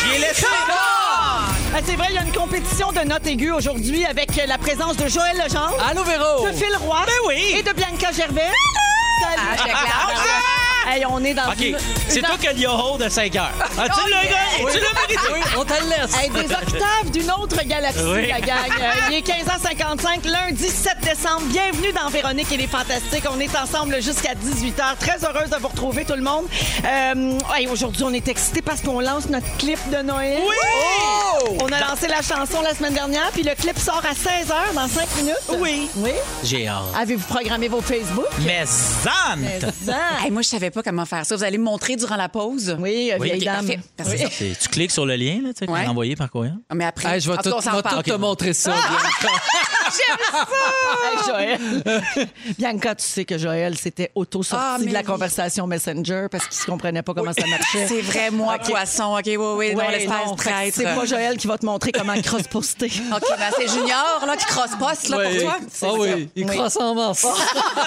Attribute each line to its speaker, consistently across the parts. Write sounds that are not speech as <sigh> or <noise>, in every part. Speaker 1: J'y ai laissé.
Speaker 2: Ah, C'est vrai, il y a une compétition de notes aiguës aujourd'hui avec la présence de Joël Legendre.
Speaker 1: Allô, Véro! Ben
Speaker 2: de Phil Roy
Speaker 1: oui.
Speaker 2: et de Bianca Gervais. Salut.
Speaker 3: Ah, check la-
Speaker 2: Hey, on est dans
Speaker 1: OK,
Speaker 2: une-
Speaker 1: c'est
Speaker 2: une-
Speaker 1: toi qui as le yo-ho de 5 heures. Ah, tu l'as gagné, tu l'as mérité. on te le laisse.
Speaker 2: Hey, des octaves d'une autre galaxie,
Speaker 1: Oui.
Speaker 2: la gang. Euh, Il est 15h55, lundi 7 décembre. Bienvenue dans Véronique et les Fantastiques. On est ensemble jusqu'à 18h. Très heureuse de vous retrouver, tout le monde. Euh, hey, Aujourd'hui, on est excités parce qu'on lance notre clip de Noël. Oh!
Speaker 1: Oui!
Speaker 2: On a lancé la chanson la semaine dernière, puis le clip sort à 16h dans 5 minutes.
Speaker 1: Oui.
Speaker 2: Oui.
Speaker 1: J'ai hâte.
Speaker 2: Avez-vous programmé vos Facebook?
Speaker 1: Mais zante!
Speaker 3: Hey, moi, je savais pas comment faire ça. Vous allez me montrer durant la pause?
Speaker 2: Oui, euh,
Speaker 1: Oui,
Speaker 2: vieille
Speaker 1: ok,
Speaker 2: dame.
Speaker 3: parfait. Parce que
Speaker 2: Oui.
Speaker 3: c'est ça.
Speaker 1: C'est- Tu cliques sur le lien, là, tu sais, qu'on
Speaker 3: Ouais.
Speaker 1: a envoyé par courriel.
Speaker 3: Mais après,
Speaker 4: Hey, je vais
Speaker 3: en
Speaker 4: tout,
Speaker 3: tout cas, on
Speaker 4: je
Speaker 3: s'en
Speaker 4: vais
Speaker 3: reparle.
Speaker 4: tout te montrer ça.
Speaker 2: Hey, Joël. <laughs> Bianca, tu sais que Joël s'était auto-sorti
Speaker 3: Ah, mais
Speaker 2: de la
Speaker 3: oui.
Speaker 2: conversation Messenger parce qu'il ne comprenait pas comment ça
Speaker 3: <laughs>
Speaker 2: marchait.
Speaker 3: C'est vrai, moi,
Speaker 2: Ok.
Speaker 3: poisson. OK, oui, oui, dans
Speaker 2: Ouais,
Speaker 3: l'espace
Speaker 2: non, fait que
Speaker 3: traître.
Speaker 2: c'est pas Joël qui va te montrer comment cross-poster.
Speaker 3: <laughs> OK, ben, c'est Junior là, qui cross-poste là,
Speaker 4: Ouais.
Speaker 3: pour toi.
Speaker 4: Ah oui, il
Speaker 2: Oui.
Speaker 4: crosse en masse.
Speaker 2: <laughs>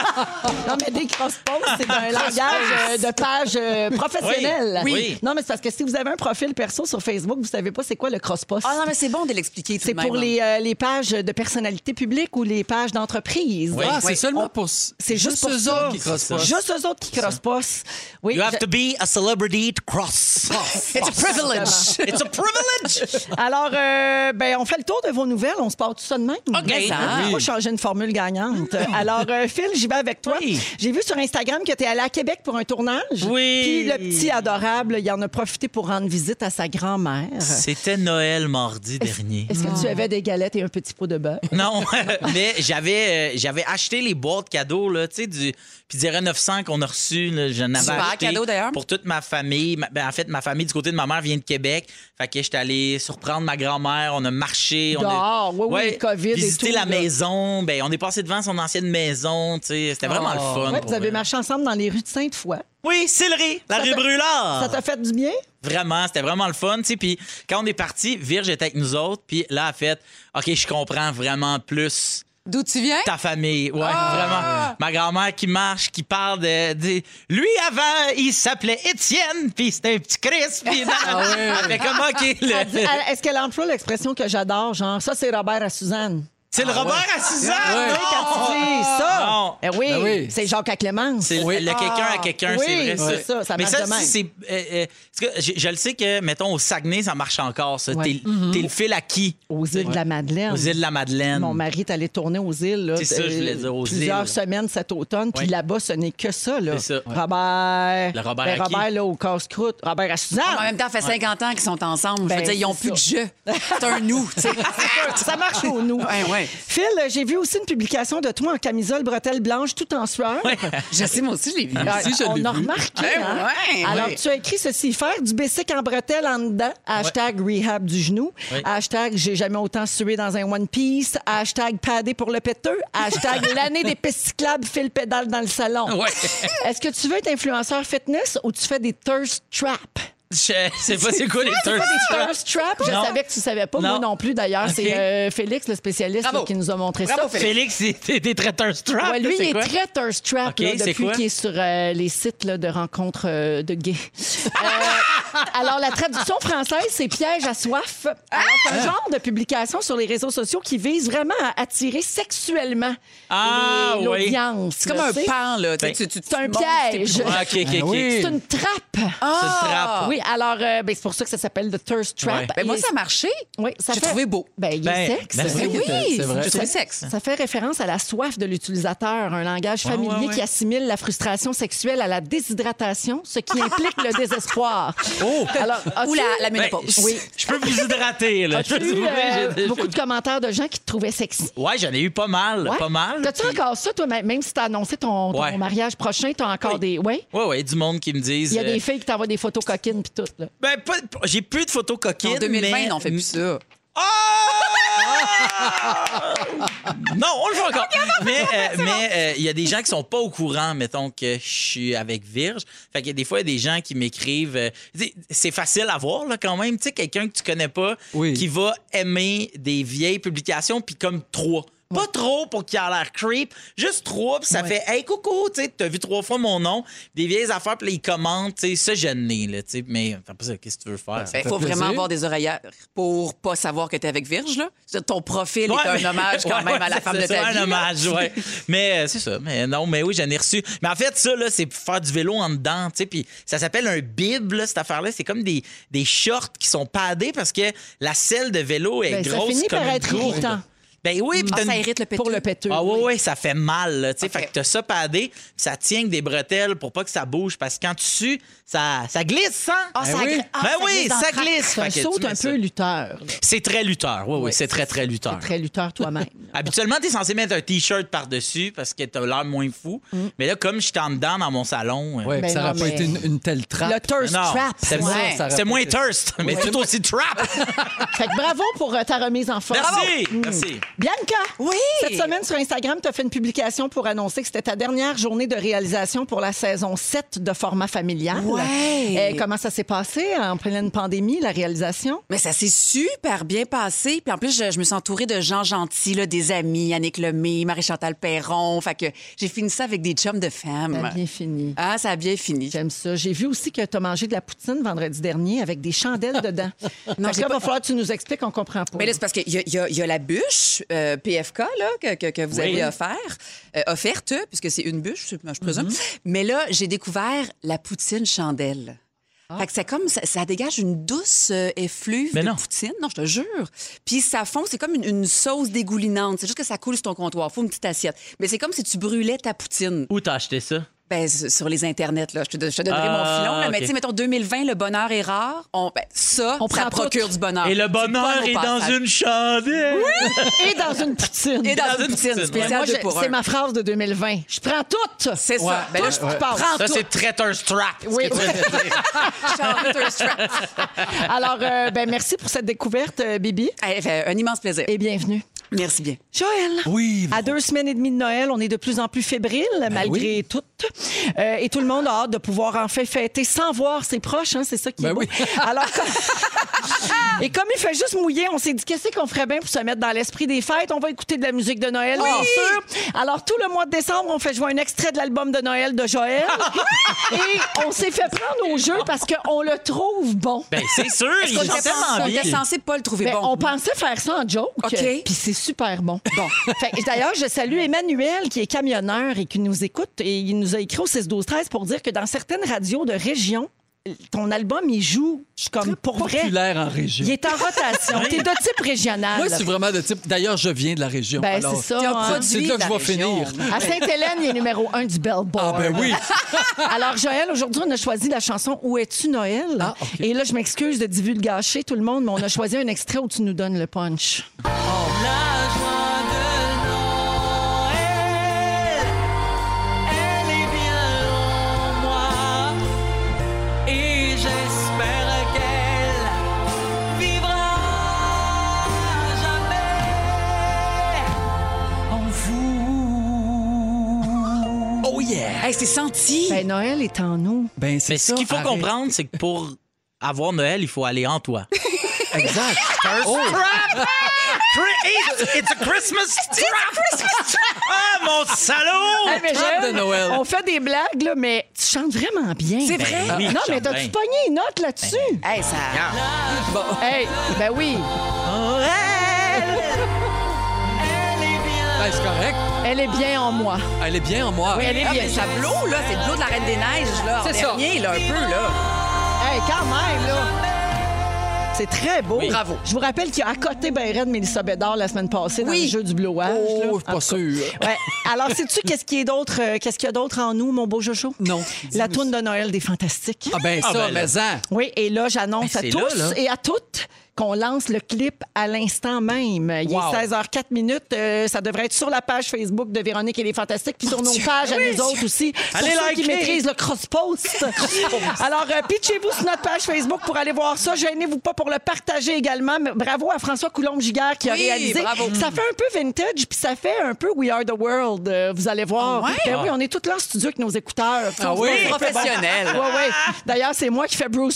Speaker 2: non, mais des cross-posts, c'est un langage euh, de page euh, professionnelle.
Speaker 1: Oui. Oui.
Speaker 2: Non, mais c'est parce que si vous avez un profil perso sur Facebook, vous savez pas c'est quoi le cross-post.
Speaker 3: Ah non, mais c'est bon de l'expliquer tout
Speaker 2: c'est
Speaker 3: de même.
Speaker 2: pour les, euh, les pages de personnalité publique ou les pages d'entreprise.
Speaker 1: Oui.
Speaker 4: Ah, c'est seulement pour.
Speaker 2: C'est juste pour
Speaker 4: eux
Speaker 2: ça.
Speaker 4: autres qui crossent pas.
Speaker 2: Juste eux autres qui cross-postent. Oui,
Speaker 1: You
Speaker 2: je-
Speaker 1: have to be a celebrity to cross.
Speaker 3: It's a privilege.
Speaker 1: It's a privilege!
Speaker 2: Alors, euh, ben, on fait le tour de vos nouvelles. On se part tout ça de même.
Speaker 3: Mais ça.
Speaker 2: On va changer une formule gagnante. Alors, euh, Phil, j'y vais avec toi.
Speaker 1: Oui.
Speaker 2: J'ai vu sur Instagram que tu es allé à Québec pour un tournage.
Speaker 1: Oui.
Speaker 2: Puis le petit adorable, il en a profité pour rendre visite à sa grand-mère.
Speaker 1: C'était Noël mardi dernier.
Speaker 2: Est-ce que tu avais des galettes et un petit pot de beurre?
Speaker 1: Non, <laughs> mais j'avais euh, j'avais acheté les boîtes cadeaux là, tu sais du puis dirais 900 qu'on a reçu, là, je n'avais
Speaker 3: Super
Speaker 1: acheté
Speaker 3: cadeau, d'ailleurs.
Speaker 1: pour toute ma famille. Ma- ben, en fait, ma famille du côté de ma mère vient de Québec. Fait que j'étais allé surprendre ma grand-mère, on a marché, on a
Speaker 2: Dehors, oui, oui, le COVID et
Speaker 1: visité
Speaker 2: tout,
Speaker 1: la
Speaker 2: là.
Speaker 1: maison, ben on est passé devant son ancienne maison, tu sais, c'était vraiment le fun.
Speaker 2: Oh. Ouais,
Speaker 1: pour
Speaker 2: vous avez
Speaker 1: vrai.
Speaker 2: marché ensemble dans les rues de Sainte-Foy.
Speaker 1: Oui, Sillery, la
Speaker 2: Ça
Speaker 1: rue
Speaker 2: t'a-
Speaker 1: Brûlard.
Speaker 2: Ça t'a fait
Speaker 1: <laughs>
Speaker 2: du bien?
Speaker 1: Vraiment, c'était vraiment le fun, tu sais. Puis quand on est parti, Virge était avec nous autres, puis là, en fait, OK, je comprends vraiment plus
Speaker 3: D'où tu viens?
Speaker 1: ta famille. Ouais,
Speaker 2: Ah!
Speaker 1: vraiment. Ma grand-mère qui marche, qui parle de, de- Lui, avant, il s'appelait Étienne, puis c'était un petit Chris, puis non.
Speaker 2: Ah
Speaker 1: Mais comment qu'il.
Speaker 2: Elle dit- elle- euh, Est-ce qu'elle emploie l'expression que j'adore, genre, ça, c'est Robert à Suzanne?
Speaker 1: C'est
Speaker 2: Ah
Speaker 1: le Robert à Suzanne!
Speaker 4: Ouais.
Speaker 1: non? Ah,
Speaker 2: Tu sais, Quand tu dis ça,
Speaker 1: Non.
Speaker 2: Eh oui,
Speaker 4: Ben oui.
Speaker 2: c'est Jacques à Clémence.
Speaker 1: C'est le- le quelqu'un à quelqu'un,
Speaker 2: Ah. Oui,
Speaker 1: c'est vrai.
Speaker 2: c'est ça, ça
Speaker 1: Mais
Speaker 2: marche
Speaker 1: ça,
Speaker 2: de même.
Speaker 1: c'est. euh, euh, parce que je, je le sais que, mettons, au Saguenay, ça marche encore, ça.
Speaker 2: Ouais. Mm-hmm.
Speaker 1: T'es t'es le fil à qui?
Speaker 2: Aux îles de la Madeleine.
Speaker 1: Aux îles de la Madeleine.
Speaker 2: Mon mari est allé tourner aux îles. là,
Speaker 1: C'est ça, je voulais
Speaker 2: euh,
Speaker 1: dire, aux
Speaker 2: Plusieurs
Speaker 1: îles.
Speaker 2: semaines cet automne. Puis
Speaker 1: Ouais.
Speaker 2: là-bas, ce n'est que ça. Là.
Speaker 1: C'est ça. Ouais.
Speaker 2: Robert.
Speaker 1: Le Robert
Speaker 2: Ben,
Speaker 1: à qui?
Speaker 2: Robert, là, au casse-croûte. Robert à Suzanne.
Speaker 3: Ah, En même temps, ça fait 50 ans qu'ils sont ensemble.
Speaker 2: Ben,
Speaker 3: je veux dire, ils n'ont
Speaker 2: c'est
Speaker 3: plus de jeu. C'est un nous.
Speaker 2: <laughs>
Speaker 3: tu sais.
Speaker 2: ça marche au nous.
Speaker 3: Ouais, ouais.
Speaker 2: Phil, j'ai vu aussi une publication de toi en camisole bretelle blanche, tout en sueur.
Speaker 3: Je sais, moi aussi, je l'ai vu.
Speaker 2: Ah,
Speaker 4: aussi, je
Speaker 2: on
Speaker 4: l'ai
Speaker 2: a
Speaker 4: vu.
Speaker 2: remarqué.
Speaker 3: Eh
Speaker 2: hein?
Speaker 3: ouais,
Speaker 2: Alors,
Speaker 3: ouais.
Speaker 2: tu as écrit ceci faire du basic en bretelle en dedans. Hashtag rehab du genou.
Speaker 1: Oui.
Speaker 2: Hashtag j'ai jamais autant sué dans un One Piece. Hashtag padé pour le péteux. Hashtag l'année des pistes cyclables fil pédale dans le salon.
Speaker 1: Ouais. <laughs>
Speaker 2: Est-ce que tu veux être influenceur fitness ou tu fais des thirst trap?
Speaker 1: Je sais pas c'est quoi les
Speaker 2: Tu fais
Speaker 1: turfs.
Speaker 2: des thirst trap? Je
Speaker 1: Ah! Non.
Speaker 2: savais que tu savais pas. Moi
Speaker 1: Non.
Speaker 2: non plus, d'ailleurs. C'est
Speaker 1: Ok.
Speaker 2: euh, Félix, le spécialiste,
Speaker 3: Bravo.
Speaker 2: là, qui nous a montré ça.
Speaker 3: Bravo,
Speaker 1: Félix,
Speaker 3: Félix.
Speaker 1: c'est- t'es des traiteurs strap.
Speaker 2: Ouais, lui,
Speaker 1: Ah,
Speaker 2: il
Speaker 1: c'est
Speaker 2: est
Speaker 1: quoi?
Speaker 2: très thirst trap
Speaker 1: OK,
Speaker 2: là,
Speaker 1: c'est
Speaker 2: depuis
Speaker 1: quoi?
Speaker 2: qu'il est sur euh, les sites là, de rencontres euh,
Speaker 1: <laughs>
Speaker 2: de gays. Euh, alors, la traduction française, c'est piège à soif.
Speaker 1: Ah!
Speaker 2: Alors, c'est un genre de publication sur les réseaux sociaux qui vise vraiment à attirer sexuellement
Speaker 1: Ah,
Speaker 2: les-
Speaker 1: oui.
Speaker 2: l'audience.
Speaker 3: C'est comme
Speaker 2: là,
Speaker 3: un
Speaker 2: tu sais.
Speaker 3: pan, là. tu sais, tu- tu-
Speaker 2: C'est un
Speaker 3: tu montes, tu t'es
Speaker 2: piège.
Speaker 3: plus-
Speaker 1: Ah, OK, OK, OK.
Speaker 4: oui.
Speaker 2: C'est une trappe.
Speaker 3: Ah!
Speaker 1: C'est une trappe.
Speaker 2: Oui,
Speaker 5: alors, euh, ben, c'est pour ça que ça s'appelle The Thirst Trap.
Speaker 1: Ouais.
Speaker 3: Ben, moi,
Speaker 5: Et-
Speaker 3: ça a marché.
Speaker 5: Oui, ça
Speaker 3: J'ai
Speaker 5: fait-
Speaker 3: trouvé beau.
Speaker 5: Ben, il est
Speaker 1: Ben,
Speaker 5: sexe.
Speaker 1: merci.
Speaker 3: Ben
Speaker 1: C'est
Speaker 3: oui,
Speaker 6: vrai.
Speaker 3: c'est
Speaker 6: C'est vrai.
Speaker 3: trouvé sexe.
Speaker 5: Ça fait référence à la soif de l'utilisateur, un langage
Speaker 1: Ouais,
Speaker 5: familier
Speaker 1: ouais, ouais.
Speaker 5: qui assimile la frustration sexuelle à la déshydratation,
Speaker 1: <laughs>
Speaker 5: ce qui implique le désespoir.
Speaker 1: Oh!
Speaker 5: Alors, as-tu-
Speaker 3: Ou la, la
Speaker 1: Ben,
Speaker 3: ménopause.
Speaker 1: je-
Speaker 5: Oui.
Speaker 1: Je peux vous hydrater, là. <laughs>
Speaker 5: as-tu
Speaker 1: Je peux
Speaker 5: eu,
Speaker 1: vous-
Speaker 5: euh,
Speaker 1: j'ai-
Speaker 5: beaucoup de commentaires de gens qui te trouvaient sexy?
Speaker 1: Ouais, j'en ai eu pas mal,
Speaker 5: Ouais.
Speaker 1: pas mal.
Speaker 5: T'as-tu
Speaker 1: Puis-
Speaker 5: encore ça, toi, même même si t'as annoncé ton, ton
Speaker 1: Ouais.
Speaker 5: mariage prochain, t'as encore
Speaker 1: Oui.
Speaker 5: des. Oui?
Speaker 1: Ouais, ouais, du monde qui me disent.
Speaker 5: Il y a
Speaker 1: euh,
Speaker 5: des filles qui t'envoient des photos coquines puis tout. Là.
Speaker 1: Ben, pas- pas- j'ai plus de photos coquines.
Speaker 3: En 2020,
Speaker 1: mais-
Speaker 3: on fait plus ça.
Speaker 1: Oh! Ah! non, on le fait encore. mais euh, mais euh, il y a des gens qui sont pas au courant, mettons que je suis avec Virge. Fait que des fois, il y a des gens qui m'écrivent. euh, tu sais, c'est facile à voir là, quand même. Tu sais, quelqu'un que tu connais pas
Speaker 6: Oui.
Speaker 1: qui va aimer des vieilles publications, puis comme trois. Pas trop pour qu'il ait l'air creep, juste trois, puis ça fait Hey, coucou, tu sais, t'as vu trois fois mon nom, des vieilles affaires, puis là, ils commentent, tu sais, ça, je n'ai, là, tu sais, mais t'as pas Ah, ça, qu'est-ce que tu veux faire?
Speaker 3: Il
Speaker 6: fait
Speaker 3: faut
Speaker 6: plaisir.
Speaker 3: vraiment avoir des oreillères pour pas savoir que t'es avec Virge. Là. C'est- Ton profil est
Speaker 1: Ouais,
Speaker 3: un
Speaker 1: mais-
Speaker 3: hommage quand
Speaker 1: Ouais,
Speaker 3: même à
Speaker 1: ouais,
Speaker 3: la
Speaker 1: c'est-
Speaker 3: femme de
Speaker 1: c'est
Speaker 3: ta vie.
Speaker 1: un hommage,
Speaker 3: <laughs>
Speaker 1: ouais. Mais euh, c'est ça. Mais non, mais oui, j'en ai reçu. Mais en fait, ça, là, c'est pour faire du vélo en dedans, tu sais. Puis ça s'appelle un bib, là, cette affaire-là. C'est comme des, des shorts qui sont padés parce que la selle de vélo est
Speaker 5: Ben, ça
Speaker 1: grosse
Speaker 5: finit
Speaker 1: comme
Speaker 5: par
Speaker 1: une
Speaker 5: être
Speaker 1: gourde.
Speaker 5: irritant.
Speaker 1: Ben oui, puis
Speaker 3: Ah,
Speaker 1: t'as
Speaker 3: ça
Speaker 1: une-
Speaker 3: irrite le péteux.
Speaker 5: Pour le péteux.
Speaker 1: ah oui, oui, ça fait mal, là, tu sais.
Speaker 3: OK.
Speaker 1: Fait que t'as ça padé, puis ça tient avec des bretelles pour pas que ça bouge, parce que quand tu sues, ça, ça glisse, hein?
Speaker 3: Ah, ça
Speaker 1: ben
Speaker 3: gri-
Speaker 1: oui,
Speaker 3: ah,
Speaker 1: Ben
Speaker 3: ça
Speaker 1: oui,
Speaker 3: glisse dans le
Speaker 1: ça
Speaker 3: crack.
Speaker 1: glisse.
Speaker 5: C'est un
Speaker 1: Fait que tu
Speaker 5: saut
Speaker 1: mets
Speaker 5: un
Speaker 1: ça.
Speaker 5: peu lutteur. là.
Speaker 1: C'est très lutteur, oui, oui, c'est très, très lutteur.
Speaker 5: Très lutteur toi-même.
Speaker 1: Habituellement, t'es censé mettre un T-shirt par-dessus parce que t'as l'air moins fou. Mais là, comme j'étais en dedans dans mon salon, euh,
Speaker 6: Ouais,
Speaker 5: Ben
Speaker 6: puis ça
Speaker 5: non,
Speaker 6: n'aurait pas
Speaker 5: mais-
Speaker 6: été une, une telle trappe.
Speaker 5: le thirst
Speaker 1: non,
Speaker 5: trap.
Speaker 1: c'est
Speaker 3: Ouais.
Speaker 6: Ça, ça aurait
Speaker 1: c'est
Speaker 6: pas
Speaker 1: moins
Speaker 6: été-
Speaker 1: thirst, mais tout aussi trap.
Speaker 5: Fait que bravo Mm. pour euh, ta remise en forme.
Speaker 1: Merci, merci.
Speaker 5: Bianca!
Speaker 3: Oui!
Speaker 5: Cette semaine, sur Instagram, tu as fait une publication pour annoncer que c'était ta dernière journée de réalisation pour la saison 7 de format familial.
Speaker 3: Ouais.
Speaker 5: Euh, comment ça s'est passé hein, en pleine pandémie, la réalisation?
Speaker 3: Mais ça s'est super bien passé. Puis en plus, je, je me suis entourée de gens gentils, là, des amis, Annick Lemay, Marie-Chantal Perron. Fait que j'ai fini ça avec des chums de
Speaker 5: Ça a
Speaker 3: femmes.
Speaker 5: bien fini.
Speaker 3: Ah, ça a bien fini.
Speaker 5: J'aime ça. J'ai vu aussi que tu as mangé de la poutine vendredi dernier avec des chandelles dedans.
Speaker 3: <laughs> Non,
Speaker 5: non,
Speaker 3: j'ai
Speaker 5: là,
Speaker 3: pas-
Speaker 5: va falloir que tu nous expliques, on comprend pas.
Speaker 3: Mais là, c'est parce qu'il y, a- il y a- il y a la bûche euh, PFK là, que, que- que vous
Speaker 1: Oui.
Speaker 3: avez offert, euh, offerte, puisque c'est une bûche, je je présume.
Speaker 1: Mm-hmm.
Speaker 3: Mais là, j'ai découvert la poutine chandelle. Fait que ça, comme, ça, ça dégage une douce euh, effluve
Speaker 1: Ah. Mais
Speaker 3: de
Speaker 1: non.
Speaker 3: poutine, non, je te jure. Puis ça fond, c'est comme une, une sauce dégoulinante. C'est juste que ça coule sur ton comptoir. Faut une petite assiette. Mais c'est comme si tu brûlais ta poutine.
Speaker 1: Où t'as acheté ça?
Speaker 3: Ben, s- sur les internets, là. Je te, je te donnerai
Speaker 1: Ah,
Speaker 3: mon filon, là. Mais
Speaker 1: ok.
Speaker 3: tu sais, mettons 2020, le bonheur est rare. On, ben, ça,
Speaker 5: On
Speaker 3: ça
Speaker 5: prend
Speaker 3: procure
Speaker 5: tout.
Speaker 3: du bonheur.
Speaker 1: Et le
Speaker 3: Tu le
Speaker 1: bonheur
Speaker 3: pognes au
Speaker 1: est dans
Speaker 3: passage.
Speaker 1: une chandelle.
Speaker 5: Et dans une poutine.
Speaker 3: Et dans,
Speaker 1: Dans
Speaker 3: une
Speaker 1: une
Speaker 3: poutine
Speaker 1: poutine,
Speaker 5: Mais
Speaker 3: spéciale
Speaker 5: moi,
Speaker 3: deux
Speaker 5: je-
Speaker 3: pour un.
Speaker 5: c'est ma phrase de 2020. Je prends toutes!
Speaker 3: C'est ça.
Speaker 5: Ouais.
Speaker 3: Ben,
Speaker 5: Touche, tu passes.
Speaker 1: Ça, c'est très thirst trap. ce
Speaker 5: Oui.
Speaker 1: que tu viens de dire.
Speaker 3: Charlotte <laughs> Hurst-Strack.
Speaker 5: Alors, euh, ben, merci pour cette découverte, euh, Bibi.
Speaker 3: Eh, fait Un immense plaisir.
Speaker 5: Et bienvenue.
Speaker 3: Merci bien.
Speaker 5: Joël.
Speaker 6: Oui,
Speaker 5: À deux semaines et demie de Noël, on est de plus en plus fébrile, malgré
Speaker 6: Ben oui.
Speaker 5: tout. Euh, et tout le monde a hâte de pouvoir enfin fêter sans voir ses proches. hein, c'est ça qui est
Speaker 6: Ben
Speaker 5: beau.
Speaker 6: oui.
Speaker 5: Alors, comme- <laughs> et comme il fait juste mouiller, on s'est dit qu'est-ce qu'on ferait bien pour se mettre dans l'esprit des fêtes. On va écouter de la musique de Noël, bien sûr. Alors, tout le mois de décembre, on fait jouer un extrait de l'album de Noël
Speaker 6: <laughs>
Speaker 5: de Joël. et on s'est fait prendre au jeu parce qu'on le trouve bon.
Speaker 1: Ben, c'est sûr, il
Speaker 3: On
Speaker 1: chante
Speaker 3: était
Speaker 1: tellement
Speaker 3: on
Speaker 1: bien.
Speaker 3: était censé pas le trouver
Speaker 5: Ben,
Speaker 3: bon.
Speaker 5: On pensait faire ça en joke.
Speaker 3: OK.
Speaker 5: Puis c'est super bon. Bon. <laughs> Fait que D'ailleurs, je salue Emmanuel qui est camionneur et qui nous écoute. Et il nous a écrit au 6 12 13 pour dire que dans certaines radios de région, ton album, il joue comme pour vrai.
Speaker 6: populaire en région.
Speaker 5: Il est en
Speaker 6: <laughs>
Speaker 5: rotation. T'es de type régional.
Speaker 6: Moi, c'est vraiment de type. D'ailleurs, je viens de la région.
Speaker 5: Ben,
Speaker 6: alors-
Speaker 5: c'est ça.
Speaker 3: T'es un
Speaker 5: hein.
Speaker 3: produit
Speaker 6: C'est là que je
Speaker 3: de la
Speaker 6: vais finir.
Speaker 3: région.
Speaker 5: À Sainte-Hélène, il est numéro un du
Speaker 6: Ah,
Speaker 5: Billboard.
Speaker 6: ben oui.
Speaker 5: <laughs> Alors, Joël, aujourd'hui, on a choisi la chanson Où es-tu, Noël?
Speaker 6: Ah, OK.
Speaker 5: Et là, je m'excuse de divulgacher tout le monde, mais on a choisi un extrait où tu nous donnes le punch.
Speaker 6: Oh yeah.
Speaker 3: Hey, c'est senti.
Speaker 5: Ben, Noël est en nous.
Speaker 6: Ben, c'est
Speaker 1: Mais ce
Speaker 6: ça.
Speaker 1: qu'il faut
Speaker 6: arrête.
Speaker 1: comprendre, c'est que pour avoir Noël, il faut aller en toi.
Speaker 6: Exact.
Speaker 1: Oh. It's, it's a Christmas trap! Ah, mon salaud!
Speaker 5: Hey, mais
Speaker 6: trappe
Speaker 5: j'aime.
Speaker 6: de Noël.
Speaker 5: On fait des blagues, là, mais tu chantes vraiment bien.
Speaker 3: C'est
Speaker 1: Ben
Speaker 3: vrai.
Speaker 1: oui,
Speaker 5: Non, mais
Speaker 1: chante
Speaker 5: t'as-tu
Speaker 1: bien.
Speaker 5: pogné une note là-dessus?
Speaker 3: Hey, ça.
Speaker 5: Hey, ben oui.
Speaker 6: Ben, c'est correct.
Speaker 5: Elle est bien en moi.
Speaker 6: Elle est bien en moi.
Speaker 5: Oui, elle est
Speaker 3: Ah,
Speaker 5: bien.
Speaker 3: mais ça blow, là. C'est le blow de la Reine des Neiges, là. en
Speaker 6: C'est ça.
Speaker 3: dernier, là, un peu, là.
Speaker 5: Hey, quand même, là! C'est très beau.
Speaker 1: Oui. Bravo.
Speaker 5: Je vous rappelle qu'il y a à côté Ben Red Mélissa Bédard la semaine passée dans
Speaker 3: Oui.
Speaker 5: le jeu du blowage. là.
Speaker 4: Oh, je suis
Speaker 5: En
Speaker 4: pas sûr.
Speaker 5: Ouais. Alors, sais-tu qu'est-ce qui est d'autre, euh, qu'est-ce qu'il y a d'autre en nous, mon beau Jojo?
Speaker 4: Non.
Speaker 5: La tourne de Noël des Fantastiques.
Speaker 4: Ah ben
Speaker 1: Ah,
Speaker 4: ça,
Speaker 1: ben là.
Speaker 4: mais
Speaker 6: hein,
Speaker 4: ça.
Speaker 5: Oui, et là, j'annonce
Speaker 1: Ben,
Speaker 5: à
Speaker 1: c'est
Speaker 5: tous
Speaker 1: là, là.
Speaker 5: et à toutes qu'on lance le clip à l'instant même. Il
Speaker 4: Wow.
Speaker 5: est 16h04 minutes. euh, ça devrait être sur la page Facebook de Véronique et les Fantastiques, puis sur nos pages à nous autres aussi. Pour
Speaker 1: Allez
Speaker 5: ceux qui
Speaker 1: liker.
Speaker 5: maîtrisent le cross-post. Alors, euh, pitchez-vous sur notre page Facebook pour aller voir ça. Gênez-vous pas pour le partager également. Mais Bravo à François Coulombe-Giguère qui a
Speaker 3: Oui,
Speaker 5: réalisé.
Speaker 3: bravo.
Speaker 5: Ça fait un peu vintage, puis ça fait un peu We Are the World. euh, vous allez voir.
Speaker 3: Ah ouais?
Speaker 5: Ben oui, on est tous là en studio avec nos écouteurs.
Speaker 3: Ah oui? Professionnel.
Speaker 5: Ouais, ouais. D'ailleurs, c'est moi qui fais Bruce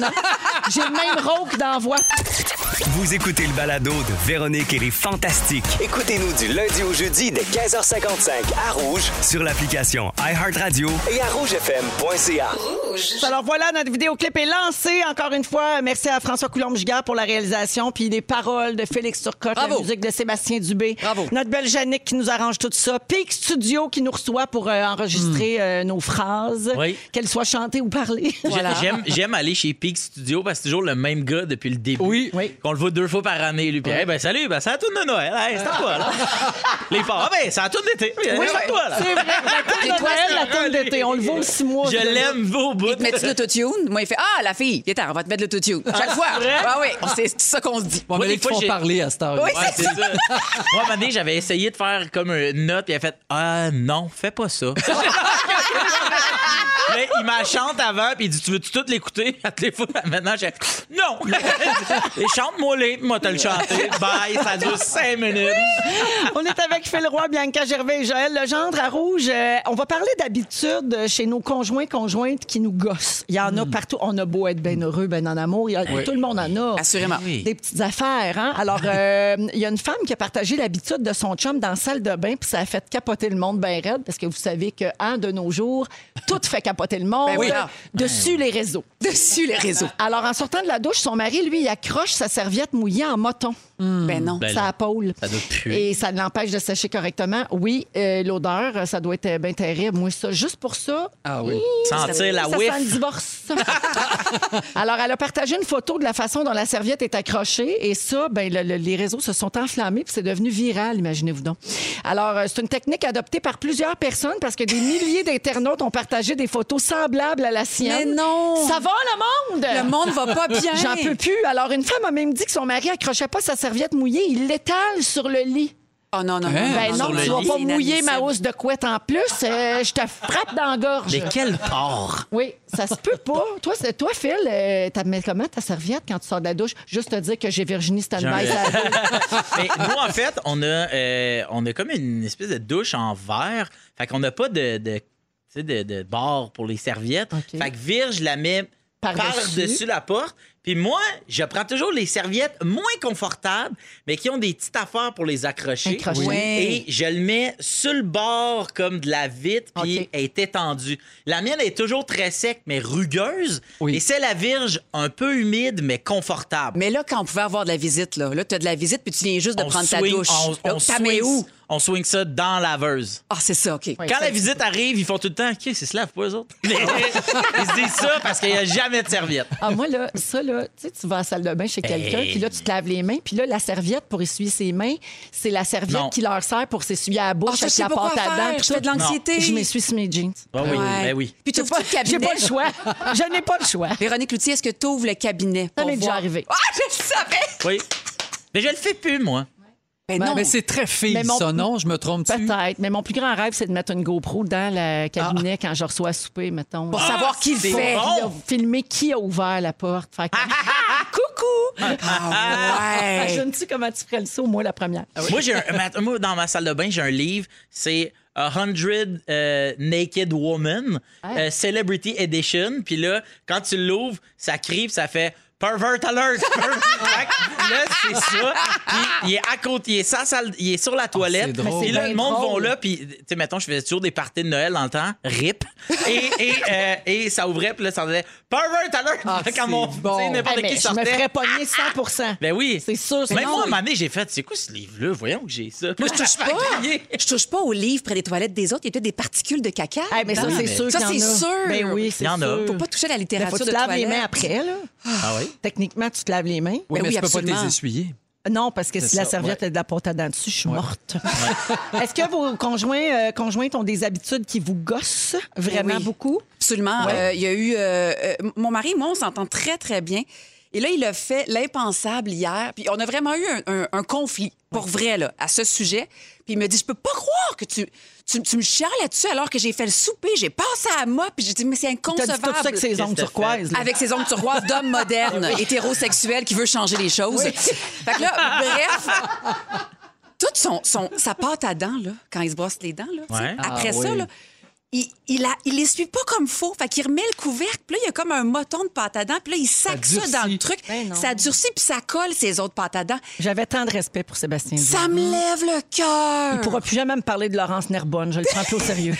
Speaker 1: <laughs>
Speaker 5: non? J'ai le même rôle dans la voix.
Speaker 7: Vous écoutez le balado de Véronique et les Fantastiques
Speaker 8: Écoutez-nous du lundi au jeudi dès 15h55 à Rouge
Speaker 7: sur l'application iHeartRadio
Speaker 8: et à rougefm.ca.
Speaker 5: Alors voilà, notre vidéoclip est lancé. Encore une fois, merci à François Coulombe-Giguère pour la réalisation, puis les paroles de Félix Turcotte, la
Speaker 3: Bravo.
Speaker 5: musique de Sébastien Dubé.
Speaker 3: Bravo.
Speaker 5: Notre belle Jannick qui nous arrange tout ça. Peak Studio qui nous reçoit pour euh, enregistrer euh, nos phrases,
Speaker 1: Hmm. Oui.
Speaker 5: qu'elles soient chantées ou parlées.
Speaker 1: J'ai- J'aime, j'aime aller chez Peak Studio parce que c'est toujours le même gars depuis le début.
Speaker 4: Oui.
Speaker 5: Oui.
Speaker 1: Qu'on le voit deux fois par année, lui. Puis, hey, ben salut, ben, ça tourne de Noël. Hey, c'est à toi, là. Les parents, ah, ben, ça tourne d'été. Oui,
Speaker 5: Oui,
Speaker 1: c'est à toi, là.
Speaker 5: c'est vrai. La tourne de Ah, Noël, la tourne d'été. On le voit aux six mois.
Speaker 1: Je l'aime au bout. <laughs>
Speaker 3: Il te met-tu l'autotune? Moi, il fait Ah, la fille, viens, on va te mettre l'autotune. Chaque fois.
Speaker 1: c'est vrai?
Speaker 3: Ah oui, c'est c'est ça qu'on se dit.
Speaker 4: Bon,
Speaker 1: Moi,
Speaker 4: mais
Speaker 1: des
Speaker 4: les
Speaker 1: fois,
Speaker 4: font
Speaker 1: j'ai-
Speaker 4: parler à cette heure.
Speaker 3: Oui.
Speaker 1: Ouais, c'est ça. Moi, à un moment donné, j'avais essayé de faire comme une note, puis elle a fait Ah non, fais pas ça. <laughs> Mais il m'a chante avant, puis il dit Tu veux-tu tout l'écouter À tous les fois, maintenant, j'ai Non <laughs> Et chante-moi les, puis moi, t'as le chanté. Bye, ça dure cinq minutes.
Speaker 5: On est avec Phil Roy, Bianca Gervais et Joël Legendre à Rouge. Euh, on va parler d'habitude euh, chez nos conjoints, conjointes qui nous gossent. Il y en a
Speaker 3: Hmm.
Speaker 5: partout. On a beau être bien heureux, ben en amour. il y a- Tout le monde en a.
Speaker 3: Assurément.
Speaker 1: Oui.
Speaker 5: Des petites affaires, hein?
Speaker 3: <laughs>
Speaker 5: Alors, euh, il y a une femme qui a partagé l'habitude de son chum dans la salle de bain, puis ça a fait capoter le monde bien raide, parce que vous savez que, un de nos jours, tout fait capoter le monde.
Speaker 3: Ben oui.
Speaker 5: Dessus les réseaux.
Speaker 3: Dessus les réseaux.
Speaker 5: Alors, en sortant de la douche, son mari, lui, il accroche sa serviette mouillée en moton. Hmm.
Speaker 3: Ben non.
Speaker 1: Ben,
Speaker 5: Ça
Speaker 1: là,
Speaker 5: appole.
Speaker 1: ça doit puer.
Speaker 5: Et ça l'empêche de sécher correctement. Oui, euh, l'odeur, euh, ça doit être bien terrible. Moi, ça, juste pour ça,
Speaker 4: Ah oui.
Speaker 1: Sentir la
Speaker 5: ça
Speaker 1: whiff.
Speaker 5: sent le divorce. <laughs> Alors, elle a partagé une photo de la façon dont la serviette est accrochée. Et ça, ben, le- le- les réseaux se sont enflammés puis c'est devenu viral, imaginez-vous donc. Alors, euh, c'est une technique adoptée par plusieurs personnes parce que des milliers d'internautes ont partagé des photos semblables à la sienne.
Speaker 3: Mais non!
Speaker 5: Ça va, le monde!
Speaker 3: Le monde va pas bien.
Speaker 5: J'en peux plus. Alors, une femme a même dit que son mari accrochait pas sa serviette mouillée. Il l'étale sur le lit.
Speaker 3: Oh non, non, non.
Speaker 4: Hein?
Speaker 5: Ben
Speaker 3: non,
Speaker 5: non,
Speaker 1: le
Speaker 5: tu vas
Speaker 1: lit.
Speaker 5: pas
Speaker 3: C'est
Speaker 5: mouiller ma
Speaker 3: inadmissible.
Speaker 5: housse de couette en plus. Euh, je te frappe dans la gorge.
Speaker 1: Mais quel porc
Speaker 5: Oui, ça se peut pas. toi, c'est- toi, Phil, euh, t'as- mais comment ta serviette quand tu sors de la douche? Juste te dire que j'ai Virginie Stanby.
Speaker 1: J'ai un-
Speaker 5: à la douche.
Speaker 1: Mais nous, en fait, on a, euh, on a comme une espèce de douche en verre. Fait qu'on n'a pas de, de, tu sais, de, de barre pour les serviettes.
Speaker 5: OK.
Speaker 1: Fait que Virge la met
Speaker 5: Par-dessus.
Speaker 1: par-dessus la porte. Puis moi, je prends toujours les serviettes moins confortables, mais qui ont des petites affaires pour les accrocher.
Speaker 5: Accrocher.
Speaker 3: Oui.
Speaker 1: Et je le mets sur le bord comme de la vitre, puis
Speaker 5: OK.
Speaker 1: elle est étendue. La mienne est toujours très sec, mais rugueuse.
Speaker 4: Oui.
Speaker 1: Et c'est la Virge un peu humide, mais confortable.
Speaker 3: Mais là, quand on pouvait avoir de la visite, là, là tu as de la visite, puis tu viens juste de
Speaker 1: On
Speaker 3: prendre ta
Speaker 1: swing-
Speaker 3: douche.
Speaker 1: On,
Speaker 3: Là,
Speaker 1: on
Speaker 3: T'as
Speaker 1: swing-
Speaker 3: mis où?
Speaker 1: on swing ça dans la laveuse.
Speaker 3: Ah, c'est ça, OK.
Speaker 5: Oui.
Speaker 1: Quand la visite arrive, ils font tout le temps OK, c'est se lavent pas eux autres. <laughs> ils se disent ça parce qu'il n'y a jamais de serviette.
Speaker 5: Ah, moi, là, ça, là, tu sais, tu vas à la salle de bain chez quelqu'un,
Speaker 1: Hey.
Speaker 5: puis là, tu te laves les mains, puis là, la serviette pour essuyer ses mains, c'est la serviette
Speaker 1: Non.
Speaker 5: qui leur sert pour s'essuyer à la
Speaker 3: Ah,
Speaker 5: bouche
Speaker 3: ça, je
Speaker 5: avec
Speaker 3: sais
Speaker 5: la
Speaker 3: pas quoi
Speaker 5: pâte à dents.
Speaker 3: faire.
Speaker 5: puis
Speaker 3: Je fais
Speaker 5: tout.
Speaker 3: de l'anxiécie.
Speaker 5: Je m'essuie sur mes jeans.
Speaker 1: Ah oui,
Speaker 3: Ouais.
Speaker 1: ben oui.
Speaker 3: Puis tu ouvres le
Speaker 5: J'ai
Speaker 3: cabinet.
Speaker 5: pas le choix. Je n'ai pas le choix.
Speaker 3: Véronique Loutier, est-ce que tu ouvres le cabinet?
Speaker 5: Ça
Speaker 3: pour
Speaker 5: m'est déjà
Speaker 3: voir?
Speaker 5: arrivé.
Speaker 3: Ah, je le savais!
Speaker 1: Oui. Mais je le fais plus, moi.
Speaker 3: Ben non,
Speaker 4: Mais c'est très fille,
Speaker 5: Mais mon-
Speaker 4: ça, non? Je me trompe-tu?
Speaker 5: Peut-être, mais mon plus grand rêve, c'est de mettre une GoPro dans le cabinet
Speaker 3: Ah.
Speaker 5: quand je reçois à souper, mettons.
Speaker 3: pour savoir qui le
Speaker 1: Ah, c'est
Speaker 3: fait.
Speaker 1: bon.
Speaker 5: Puis, là, filmer qui a ouvert la porte. Fait que- Coucou!
Speaker 3: Ah, ouais.
Speaker 5: Imagine-tu comment tu ferais le saut, moi, la première?
Speaker 1: Moi, j'ai un- ma- moi, dans ma salle de bain, j'ai un livre, c'est 100 euh, Naked Woman, euh, Celebrity Edition. Puis là, quand tu l'ouvres, ça crie, puis ça fait Pervert alert! Pervert. Fait que là, c'est ça. Puis, il est à côté, il est, sa salle, il est sur la toilette.
Speaker 4: drôle.
Speaker 1: Puis là, le monde va là. Puis, tu sais, mettons, je faisais toujours des parties de Noël dans le temps. RIP. Et, et, euh, et ça ouvrait, puis là, ça disait Pervert alert!
Speaker 4: Ah,
Speaker 1: Fait que quand
Speaker 4: c'est
Speaker 1: mon-
Speaker 4: bon.
Speaker 1: tu sais,
Speaker 2: Eh,
Speaker 1: n'importe
Speaker 2: mais
Speaker 1: qui
Speaker 2: je me
Speaker 1: sortait.
Speaker 2: ferais pogner 100
Speaker 1: Ben oui.
Speaker 2: C'est sûr, c'est
Speaker 1: Même
Speaker 2: non,
Speaker 1: moi, à un
Speaker 2: oui.
Speaker 1: moment donné, j'ai fait, c'est quoi ce livre-là? Voyons que <laughs> j'ai ça. Ah
Speaker 3: Moi, je touche pas. Je touche pas aux livres près des toilettes des autres. Il y a peut-être des particules de caca.
Speaker 2: Eh, mais ça,
Speaker 3: dedans.
Speaker 2: c'est sûr.
Speaker 3: Ça,
Speaker 2: qu'il y
Speaker 3: c'est
Speaker 2: en a.
Speaker 3: sûr.
Speaker 2: Ben oui, c'est
Speaker 1: Il y en a.
Speaker 2: sûr.
Speaker 3: Faut pas toucher à la
Speaker 2: Ben, faut
Speaker 3: littérature
Speaker 2: que
Speaker 3: de
Speaker 2: tu te laves
Speaker 3: toilette.
Speaker 2: les mains après, là.
Speaker 1: Ah oui?
Speaker 2: Techniquement, tu te laves les mains.
Speaker 4: Oui,
Speaker 3: Ben
Speaker 4: mais
Speaker 3: oui,
Speaker 4: tu peux pas te les
Speaker 3: absolument.
Speaker 4: essuyer.
Speaker 2: Non, parce que si la
Speaker 4: ça,
Speaker 2: serviette est de la pâte à dents dessus, je suis morte. Est-ce que vos conjoints, euh, conjointes ont des habitudes qui vous gossent vraiment
Speaker 3: Oui.
Speaker 2: beaucoup?
Speaker 3: Absolument. Euh, il y a eu. euh, euh, mon mari et moi, on s'entend très, très bien. Et là, il a fait l'impensable hier. Puis on a vraiment eu un, un- un conflit, pour vrai, là, à ce sujet. Puis il me dit Je peux pas croire que tu, tu, tu me chiales là-dessus alors que j'ai fait le souper, j'ai passé à moi. Puis j'ai dit Mais c'est
Speaker 2: T'as dit
Speaker 3: inconcevable.
Speaker 2: tout ça avec ses ongles
Speaker 1: Qu'est-ce que t'as
Speaker 2: turquoises. là.
Speaker 3: Avec ses ongles turquoise d'homme moderne, hétérosexuel, qui veut changer les choses. Fait que là, bref, toute son, son, sa pâte à dents, là, quand il se brosse les dents, là, tu sais,
Speaker 1: Ouais.
Speaker 3: après
Speaker 4: Ah
Speaker 3: ça,
Speaker 4: oui.
Speaker 3: là, il, il, a, il essuie pas comme faux. Fait qu'il remet le couvercle, puis là, il y a comme un moton de pâte à dents, puis là, il sac ça,
Speaker 4: durcit.
Speaker 3: dans le truc.
Speaker 2: Ben non.
Speaker 3: ça durcit, puis ça colle ses autres pâtes à dents.
Speaker 2: J'avais tant de respect pour Sébastien. Dion.
Speaker 3: Ça me lève le cœur.
Speaker 2: Il pourra plus jamais me parler de Laurence Nerbonne. Je le prends plus au sérieux.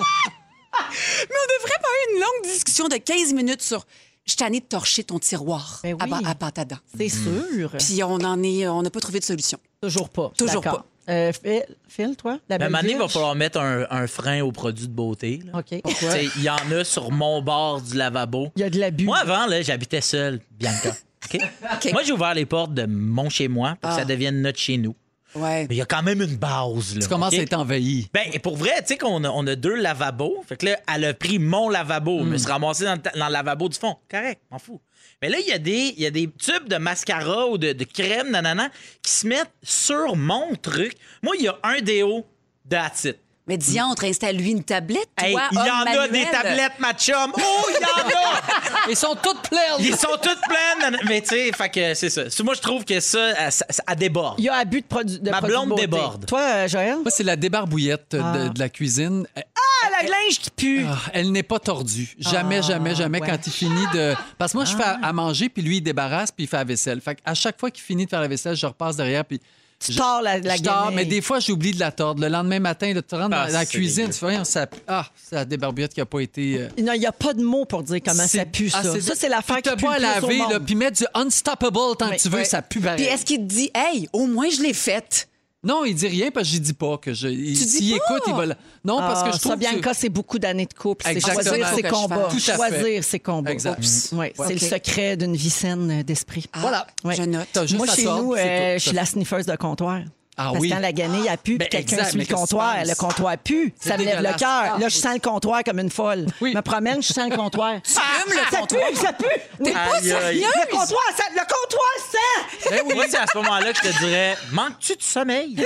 Speaker 3: Mais on devrait pas eu une longue discussion de 15 minutes sur je suis tannée de torcher ton tiroir
Speaker 2: Ben
Speaker 3: à,
Speaker 2: oui.
Speaker 3: ba- à pâte à dents.
Speaker 2: C'est sûr.
Speaker 3: Puis on en est, on n'a pas trouvé de solution.
Speaker 2: Toujours pas.
Speaker 3: Toujours
Speaker 2: D'accord. Euh, Phil, Phil, toi, la
Speaker 1: Ben, à un
Speaker 2: belle
Speaker 1: moment donné, il va
Speaker 2: Vierge?
Speaker 1: falloir mettre un, un frein aux produits de beauté. là.
Speaker 2: OK.
Speaker 1: Tu sais, Il y en a sur mon bord du lavabo.
Speaker 2: Il y a de l'abus.
Speaker 1: Moi, avant, là, j'habitais seul, Bianca. OK?
Speaker 3: OK.
Speaker 1: Moi, j'ai ouvert les portes de mon chez-moi pour que
Speaker 3: Ah.
Speaker 1: ça devienne notre chez-nous.
Speaker 3: Ouais.
Speaker 1: Mais il y a quand même une base. Là,
Speaker 4: Tu commences
Speaker 1: OK?
Speaker 4: à être envahi.
Speaker 1: Ben, et pour vrai, tu sais qu'on a, on a deux lavabos. Fait que là, elle a pris mon lavabo. Je me suis ramassé dans, le ta- dans le lavabo du fond. Correct, m'en fous. Mais là, il y, a des- il y a des tubes de mascara ou de, de crème, nanana, qui se mettent sur mon truc. Moi, il y a un déo, that's it.
Speaker 3: Mais diantre, installe-lui une tablette, toi,
Speaker 1: Hey, il y
Speaker 3: homme
Speaker 1: en a
Speaker 3: manuel.
Speaker 1: des tablettes, ma chum. Oh, il y en a!
Speaker 4: Ils sont toutes pleines.
Speaker 1: Ils sont toutes pleines. Mais tu sais, fait que c'est ça. Moi, je trouve que ça, ça, ça- ça déborde.
Speaker 2: Il y a abus de produits.
Speaker 1: Ma blonde
Speaker 2: beauté.
Speaker 1: déborde.
Speaker 2: Toi, euh, Joël?
Speaker 4: Moi, c'est la débarbouillette de-
Speaker 2: Ah.
Speaker 4: de, la cuisine. Elle-
Speaker 2: Ah, la linge qui pue.
Speaker 4: ah, elle n'est pas tordue. Jamais,
Speaker 2: Ah,
Speaker 4: jamais, jamais
Speaker 2: ouais. Ah.
Speaker 4: quand il finit de. Parce que moi, je fais à, à manger, puis lui, il débarrasse, puis il fait la vaisselle. Fait à chaque fois qu'il finit de faire la vaisselle, je repasse derrière, puis.
Speaker 2: Tu tords la, la
Speaker 4: je tords,
Speaker 2: guenille.
Speaker 4: mais des fois, j'oublie de la tordre. Le lendemain matin, là, tu rentres
Speaker 1: Ah,
Speaker 4: dans la
Speaker 1: c'est
Speaker 4: cuisine,
Speaker 1: dégueu.
Speaker 4: tu fais, Voyons, ça. Ah, c'est la débarbouillette qui n'a pas été. euh,
Speaker 2: Non, il n'y a pas de mots pour dire comment
Speaker 4: C'est-
Speaker 2: ça pue, ça.
Speaker 4: Ah,
Speaker 2: ça, c'est l'affaire
Speaker 4: Puis
Speaker 2: qui
Speaker 4: t'as
Speaker 2: pue
Speaker 4: pas à
Speaker 2: le plus au
Speaker 4: laver,
Speaker 2: monde.
Speaker 4: là, puis mettre du unstoppable tant que tu veux,
Speaker 2: ouais.
Speaker 4: ça pue pareil.
Speaker 3: Puis est-ce qu'il te dit, hey, au moins je l'ai faite?
Speaker 4: Non, il dit rien parce que j'y dis pas que je. il-
Speaker 3: Tu dis
Speaker 4: S'il
Speaker 3: pas?
Speaker 4: écoute, il va. le- Non, parce que
Speaker 2: Ah,
Speaker 4: je trouve.
Speaker 2: Ça,
Speaker 4: que-
Speaker 2: Bianca, c'est beaucoup d'années de couple. C'est
Speaker 4: Exactement.
Speaker 2: choisir
Speaker 3: Faut
Speaker 2: ses
Speaker 3: que je
Speaker 2: combats.
Speaker 3: fasse.
Speaker 4: Tout à fait.
Speaker 2: Choisir ses combats.
Speaker 4: Exact.
Speaker 2: Oups. Ouais, C'est
Speaker 3: Ok.
Speaker 2: le secret d'une vie saine euh, d'esprit.
Speaker 3: Ah,
Speaker 4: Voilà.
Speaker 2: Ouais.
Speaker 3: Je note.
Speaker 4: T'as juste
Speaker 2: Moi,
Speaker 4: à
Speaker 2: chez
Speaker 4: tordre,
Speaker 2: nous,
Speaker 4: c'est
Speaker 2: euh,
Speaker 4: tout.
Speaker 2: je suis la sniffereuse de comptoir.
Speaker 4: Ah
Speaker 2: Parce
Speaker 4: oui.
Speaker 2: que quand la ganille a pu,
Speaker 4: Ben,
Speaker 2: puis quelqu'un
Speaker 4: exact,
Speaker 2: suit
Speaker 4: mais
Speaker 2: le
Speaker 4: qu'est-ce qui se
Speaker 2: comptoir,
Speaker 4: passe?
Speaker 2: le comptoir pue,
Speaker 4: C'est
Speaker 2: ça me lève le
Speaker 4: dégueulasse.
Speaker 2: cœur.
Speaker 4: Ah,
Speaker 2: Là,
Speaker 4: oui.
Speaker 2: je sens le comptoir comme une folle.
Speaker 4: <laughs> Oui.
Speaker 2: Je me promène, je sens le
Speaker 4: <laughs>
Speaker 2: comptoir. Tu
Speaker 3: fumes le comptoir?
Speaker 2: Ça pue, ça pue! T'es
Speaker 1: pas Aïe, aïe. sérieuse?
Speaker 2: Le comptoir, ça, le comptoir, ça!
Speaker 4: Ben oui.
Speaker 1: Moi, c'est à ce moment-là que je te dirais manques-tu de sommeil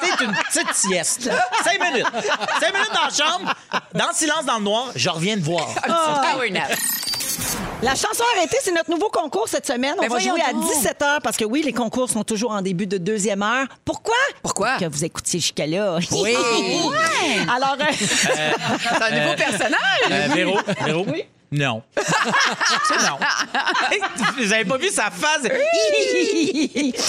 Speaker 1: C'est une petite sieste. là. Cinq minutes. Cinq minutes dans la chambre, dans le silence, dans le noir, je reviens te voir.
Speaker 3: Ah.
Speaker 2: Ah.
Speaker 3: Power nap.
Speaker 2: La chanson arrêtée, c'est notre nouveau concours cette semaine. On
Speaker 3: Ben
Speaker 2: va
Speaker 3: voyons
Speaker 2: jouer à
Speaker 3: donc.
Speaker 2: 17 h parce que oui, les concours sont toujours en début de deuxième heure. Pourquoi?
Speaker 3: Pourquoi?
Speaker 2: Que vous écoutiez jusqu'à là. Ah,
Speaker 3: Oui.
Speaker 2: <laughs> Alors, euh,
Speaker 3: C'est un nouveau personnage.
Speaker 1: Euh, Véro, Véro Non. <laughs> C'est non. Vous avez pas vu sa face